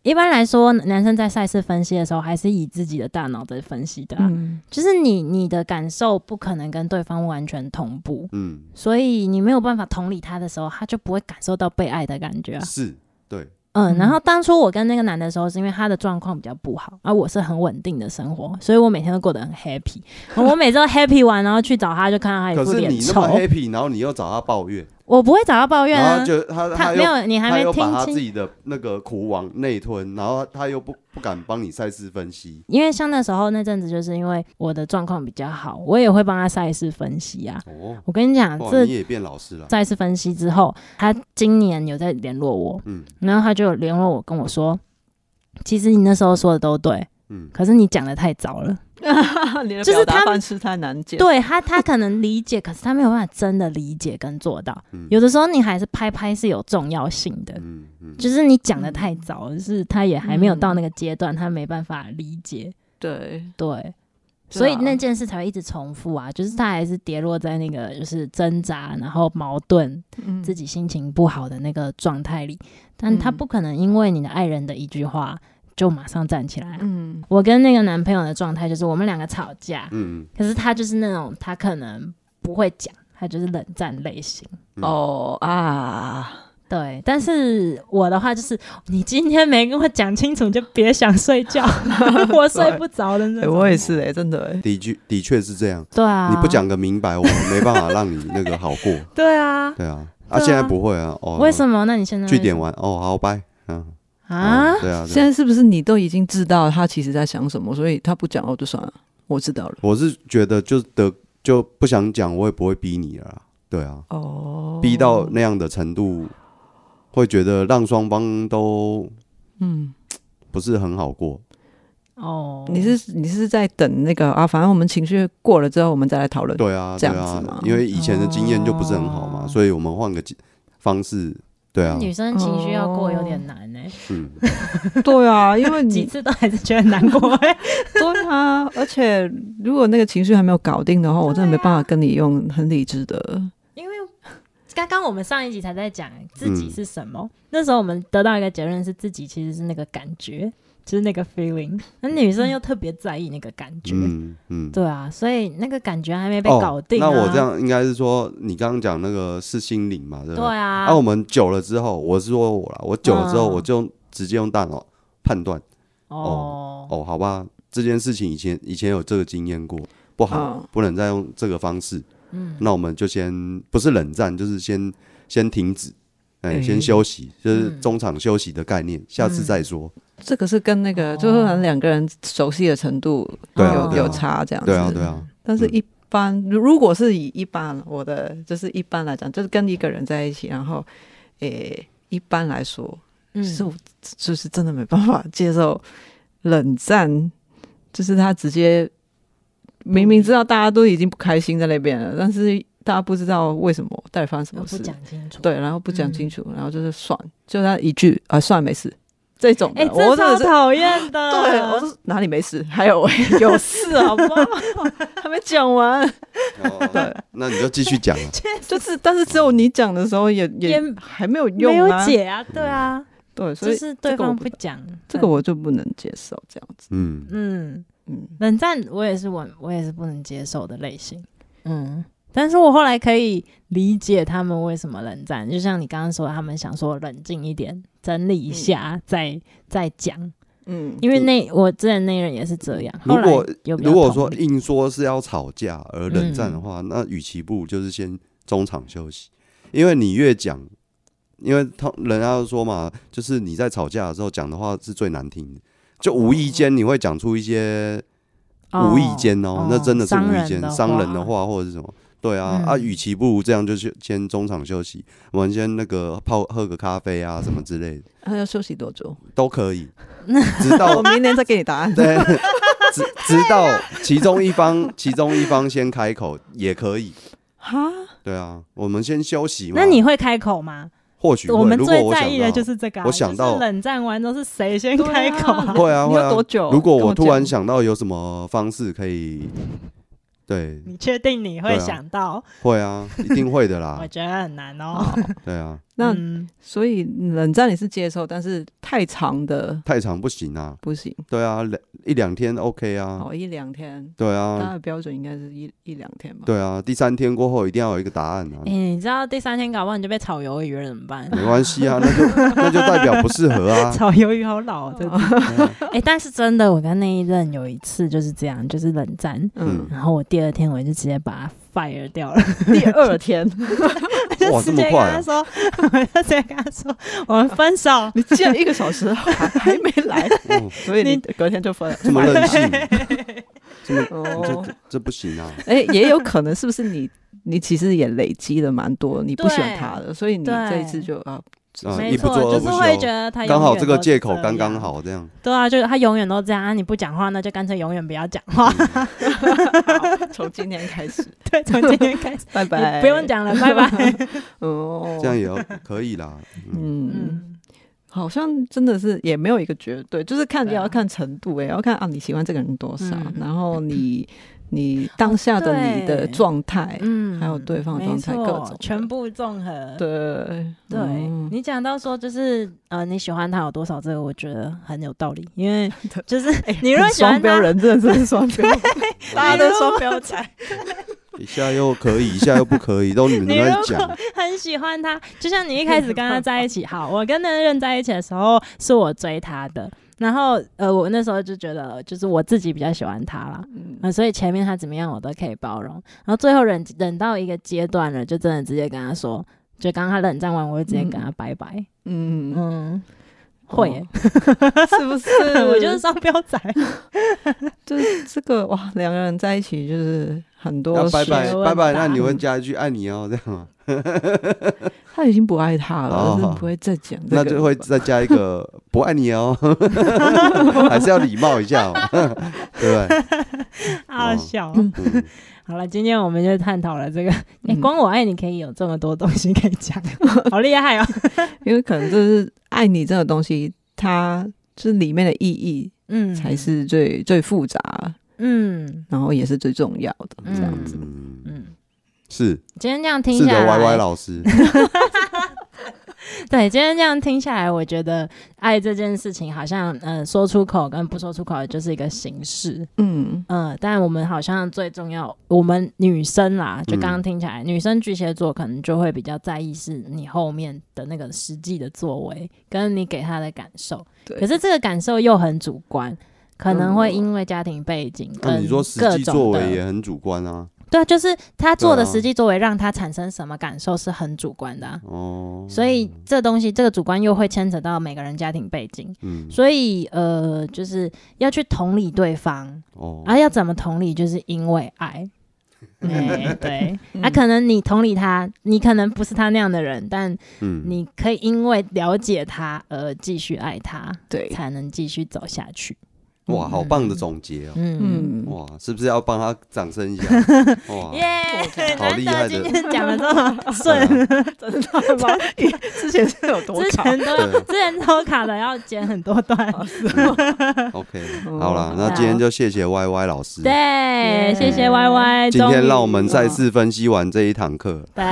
B: 一般来说，男生在赛事分析的时候，还是以自己的大脑在分析的、啊，
C: 嗯，
B: 就是你你的感受不可能跟对方完全同步，
A: 嗯，
B: 所以你没有办法同理他的时候，他就不会感受到被爱的感觉啊。
A: 是，对，
B: 嗯，
C: 嗯
B: 然后当初我跟那个男的时候，是因为他的状况比较不好，啊而我是很稳定的生活，所以我每天都过得很 happy。我每次都 happy 完，然后去找他，就看到他
A: 可
B: 一副
A: 是
B: 脸
A: 你那么
B: 臭。
A: happy，然后你又找他抱怨，
B: 我不会找他抱怨
A: 然
B: 啊
A: 后，就他
B: 他
A: 他
B: 没
A: 又
B: 有，你还
A: 他
B: 没
A: 又把
B: 听
A: 他自
B: 清。
A: 己的那个苦往内吞，然后他又不不敢帮你赛事分析。
B: 因为像那时候那阵子，就是因为我的状况比较好，我也会帮他赛事分析啊。
A: 哦，
B: 我跟你讲，
A: 哇，
B: 这
A: 你也变老师了，
B: 赛事分析之后，他今年有在联络我，
A: 嗯
B: 然后他就有联络我跟我说，其实你那时候说的都对，
A: 嗯，
B: 可是你讲的太早了。
C: 你的
B: 就是
C: 表达
B: 他们
C: 方式太难解。
B: 对他，他可能理解，可是他没有办法真的理解跟做到。
A: 嗯
B: 有的时候你还是拍拍是有重要性的，
A: 嗯嗯，
B: 就是你讲的太早，就是他也还没有到那个阶段，他没办法理解。
C: 对，
B: 对，
C: 是啊
B: 所以那件事才会一直重复啊，就是他还是跌落在那个就是挣扎，然后矛盾，
C: 嗯
B: 自己心情不好的那个状态里。但他
C: 嗯
B: 不可能因为你的爱人的一句话就马上站起来啊、
C: 嗯
B: 我跟那个男朋友的状态就是我们两个吵架，
A: 嗯
B: 可是他就是那种他可能不会讲，他就是冷战类型。
A: 嗯
C: 哦啊，
B: 对，但是我的话就是，你今天没跟我讲清楚，就别想睡 觉，我睡不着的那
C: 哎，
B: 种。
C: 我也是哎，真的哎，
A: 的确的确是这样，
B: 对啊，
A: 你不，讲个明白，我没办法让你那个好过。
B: 对啊，
A: 对啊，
B: 对
A: 啊，
B: 啊
A: 现在不会啊，哦，
B: 为什么？那你现在
A: 据点完哦，好拜，嗯
B: 啊
A: 嗯？对啊，
C: 现
A: 对啊
C: 在是不是你都已经知道他其实在想什么，所以他不讲我就算了，我知道了。
A: 我是觉得就得就不想讲，我也不会逼你了啦，对啊，
C: 哦，
A: 逼到那样的程度，会觉得让双方都
C: 嗯，
A: 不是很好过，
B: 哦，
C: 你是你是在等那个啊？反正我们情绪过了之后，我们再来讨论。
A: 对啊，
C: 这
A: 对
C: 样子吗
A: 啊，因为以前的经验就不是很好嘛，
B: 哦
A: 所以我们换个方式，对啊，
B: 女生情绪要过有点难呢、
A: 嗯，
C: 对啊，因 为
B: 几
C: 你
B: 次都还是觉得难过、欸。
C: 对啊，而且如果那个情绪还没有搞定的话，我真的没办法跟你用很理智的。
B: 因为刚刚我们上一集才在讲自己是什么，那时候我们得到一个结论是自己其实是那个感觉，就是那个 feeling。那女生又特别在意那个感觉，
A: 嗯嗯，
B: 对啊，所以那个感觉还没被
A: 哦
B: 搞定、啊
A: 那我这，样应该是说，你刚刚讲那个是心灵嘛，对不
B: 对啊，
A: 啊，我们久了之后，我是说我啦，我久了之后，
B: 嗯
A: 我就直接用大脑判断，
B: 哦，
A: 哦，好吧，这件事情以前以前有这个经验过，不好，
C: 嗯
A: 不能再用这个方式，
B: 哦嗯，
A: 那我们就先不是冷战，就是先先停止，哎、
C: 嗯
A: 先休息，就是
B: 嗯
A: 中场休息的概念，下次再说。
C: 这个是跟那
B: 哦
C: 个、就是可能两个人熟悉的程度有、
A: 对啊对啊
C: 有差这样子。
A: 对啊，对啊，
C: 但是
A: 嗯
C: 一般、如如果是以一般我的就是一般来讲，就是跟一个人在一起，然后诶、一般来说，
B: 嗯
C: 是我就是真的没办法接受冷战，就是他直接明明知道大家都已经不开心在那边了，但是大家不知道为什么到底发生什
B: 又
C: 么
B: 不
C: 事，
B: 讲嗯清楚，
C: 对，然后不讲清楚，然后就是算，就他一句啊算没事这种的，
B: 哎、
C: 我
B: 这
C: 真的
B: 超
C: 是。
B: 讨厌的，
C: 对，我说哪里没事？啊 还有有事好不好？还没讲完，
A: 哦那你就继续 讲啊。
C: 就是 但是只有你讲的时候也也
B: 也
C: 还没有
B: 没
C: 用
B: 有
C: 啊。
B: 解啊，对啊，
C: 对，所
B: 就
C: 以
B: 是
C: 这
B: 对
C: 个我
B: 方
C: 不
B: 不讲
C: 这个，我就不能接受这样子。
A: 嗯，
B: 嗯。
C: 嗯，
B: 冷战我也是我我也是不能接受的类型，嗯，但是我后来可以理解他们为什么冷战，就像你刚刚说的，他们想说冷静一点，整理一
A: 嗯
B: 下、再再讲，
C: 嗯，
B: 因为那我之前那人也是这样。
A: 如
B: 后来
A: 果
B: 有比较
A: 如果说
B: 同理嗯
A: 硬说是要吵架而冷战的话，那与其不如就是先中场休息，因为你越讲，因为他人家都说嘛，就是你在吵架的时候讲的话是最难听的，就无意间你会讲出一些无意间哦，那真的是
B: 伤
A: 无意
B: 人
A: 间
B: 的嗯
A: 伤人的话或者是什么，对啊，啊，与其不如这样就去先中场休息，我们先那个泡喝个咖啡啊，什么之类的
C: 他要休息多久？
A: 都可 以，直到
C: 我明年再给你答案。
A: 对，直直到其中一
B: 啊
A: 方其中一方先开口也可以。
C: 哈，
A: 对啊，我们先休息嘛。
B: 那你会开口吗？
A: 或许会
B: 我们
A: 如果
B: 最
A: 我
B: 在
A: 想
B: 意的
A: 到
B: 就是这个啊、
A: 我想到
B: 就是冷战完都是谁先开口、啊？
A: 会啊
C: 你
A: 会
C: 要
A: 啊。
C: 多久
A: 如果
C: 跟
A: 我
C: 我
A: 突然
C: 讲
A: 想到有什么方式可以，对，
B: 你确定你
A: 对
B: 会
A: 啊
B: 想到？
A: 会啊，一定会的啦
B: 我。觉得很难 哦。
A: 对啊，
C: 那
B: 嗯
C: 所以冷战你是接受，但是太长的
A: 太长不行啊。
C: 不行。
A: 对啊，两一两天 OK 啊。
C: 哦，一两天，
A: 对
C: 他
A: 啊，
C: 的标准应该是一一两天吧？
A: 对啊，第三天过后一定要有一个答案啊
B: 哎、。你知道第三天搞不好你就被炒鱿鱼了，怎么办？
A: 没关系啊，那就那就代表不适合 啊。
B: 炒鱿鱼好老哦，真 的。
A: 对啊
B: 哎、但是真的，我跟那一任有一次就是这样，就是冷战，
A: 嗯
C: 嗯，
B: 然后我第二天我就直接把他 fire 掉了，
C: 第二天
B: 就
A: 哇
B: 直
A: 这么
B: 接跟
A: 快
B: 他
A: 啊
B: 说， 我就直接跟他说，我们分手。
A: 嗯
C: 你见了一个小时还还没来，
A: 哦
C: 所以你
B: 你
C: 隔天就分了。
A: 这么任 性，这么
C: 哦，
A: 这这不行啊。
C: 哎，也有可能是不是你你其实也累积了蛮 多，你不喜欢他的，所以你
B: 对
C: 这一次就啊，
A: 啊
B: 没
A: 一不
B: 错，
A: 做二
B: 就是
A: 不
B: 会
A: 休
B: 觉得他
A: 刚好
B: 永远
A: 这个
B: 都
A: 借口
B: 这
A: 刚刚
B: 样。
A: 好这样。
B: 对啊，就是他永远都这样，啊、你不讲话，那就干脆永远不要讲话。
C: 好从今天开始，
B: 对，从今天开始，
C: 拜拜，
B: 你不用讲了，拜拜。
C: 哦，
A: 这样也要可以啦。嗯，
C: 嗯。
B: 嗯，
C: 好像真的是也没有一个绝对，就是看
B: 对啊
C: 要看程度、欸，也要看啊你喜欢这个人多少，
B: 嗯
C: 然 后你你当下的你的
B: 对
C: 状态，
B: 嗯
C: 还有对方的状态
B: 没
C: 各
B: 错
C: 种的
B: 全部综合。
C: 对
B: 对
C: 嗯
B: 你讲到说，就是呃，你喜欢他有多少，这个我觉得很有道理，因 为就是你如果喜欢
C: 双标
B: 他，
C: 人真的是双标， 大家都双标仔，
A: 一下又可以，一下又不可以，都你们
B: 你
A: 在
B: 如
A: 讲
B: 果。 很喜欢他，就像你一开始跟他在一 起，好，我跟那个人在一起的时候是我追他的，然后呃，我那时候就觉得就是我自己比较喜欢他啦，嗯、所以前面他怎么样我都可以包容，然后最后忍忍到一个阶段了，就真的直接跟他说，就刚刚他冷战完，我就直接跟他拜拜，
C: 嗯，
B: 嗯。会 耶、？
C: 哦是 不是
B: 我就是双标仔，
C: 就是这个哇，两个人在一起就是很
A: 那
C: 多
A: 拜拜
B: 学
C: 事
B: 问
A: 拜拜，
B: 大
A: 那你会加一句爱你哦，这 样吗？
C: 他已经不爱他了，
A: 哦
C: 就是不会再讲这
A: 那
C: 个，
A: 就会再加一个不爱你 哦，还是要礼貌一下哦， 对 不
B: 好笑。哦
A: 对？嗯
B: 好了，今天我们就探讨了这个。哎、
C: 嗯
B: 光我爱你可以有这么多东西可以讲，好厉害哦。
C: 因为可能就是爱你这个东西，它就是里面的意义
B: 嗯，
C: 才是最、最复杂，
B: 嗯
C: 然后也是最重要的。
B: 嗯
C: 这样子，
A: 嗯，
B: 嗯。
A: 是
B: 今天这样听
A: 是的
B: 下来啊
A: ，Y Y 老师，
B: 对，今天这样听下来，我觉得爱这件事情好像，嗯、说出口跟不说出口就是一个形式，
C: 嗯，
B: 嗯、但我们好像最重要，我们女生啦，就刚刚
A: 嗯
B: 听起来，女生巨蟹座可能就会比较在意是你后面的那个实际的作为，跟你给她的感受，
C: 对。
B: 可是这个感受又很主观，可能会因为家庭背景
A: 那
B: 跟
A: 哦你说实
B: 各
A: 际作
B: 种
A: 为
B: 的，
A: 也很主观啊，
B: 对啊，就是他做的
A: 对啊
B: 实际作为让他产生什么感受是很主观的啊、
A: 哦，
B: 所以这东西，这个主观又会牵扯到每个人家庭背景，
A: 嗯，
B: 所以呃，就是要去同理对方，
A: 哦，
B: 啊，要怎么同理，就是因为爱。哎，对，啊，
C: 嗯
B: 可能你同理他，你可能不是他那样的人，但
A: 嗯，
B: 你可以因为了解他而继续爱他，
C: 对
B: 才能继续走下去。
A: 哇，好棒的总结哦，
B: 嗯，
C: 嗯，
A: 哇，是不是要帮他掌声一 下？哇，
B: 耶，
A: 好
B: 难
A: 厉害
B: 得
A: 的嗯
B: 今天讲的这么顺，
C: 真的吗？之前是有 多
B: 之
C: 卡？哦
B: 前都
A: 对
B: 之前都卡的要剪很多段。
A: ，OK，
C: 嗯
A: 好啦，那今天就谢谢 Y Y 老师，
B: 哦对，谢谢
C: 嗯
B: Y Y，
A: 今天让我
B: 终于
A: 们再次分析完这一堂课。
B: 对，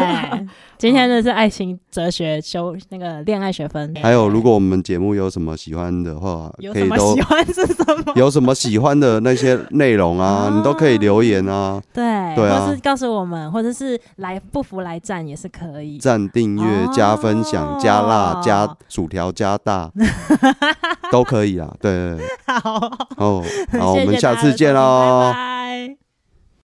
B: 今天的是爱情哲学修那个恋爱学分，
A: 还有，如果我们节目有什么喜欢的话，
B: 有
A: 可
B: 什
A: 以
B: 么
A: 都
B: 喜欢是什么？
A: 有什么喜欢的那些内容啊，
B: 啊
A: 你都可以留言啊，
B: 对，
A: 对啊
B: 或是告诉我们，或者是来不服来战也是可以。
A: 赞、订阅、加分享、加辣、
B: 哦
A: 加薯条、加 大，都可以啦。对对对，
B: 好，
A: 哦，好，我
B: 谢谢
A: 们下
B: 大家的
A: 次见
B: 收听
A: 喽
B: 拜。拜。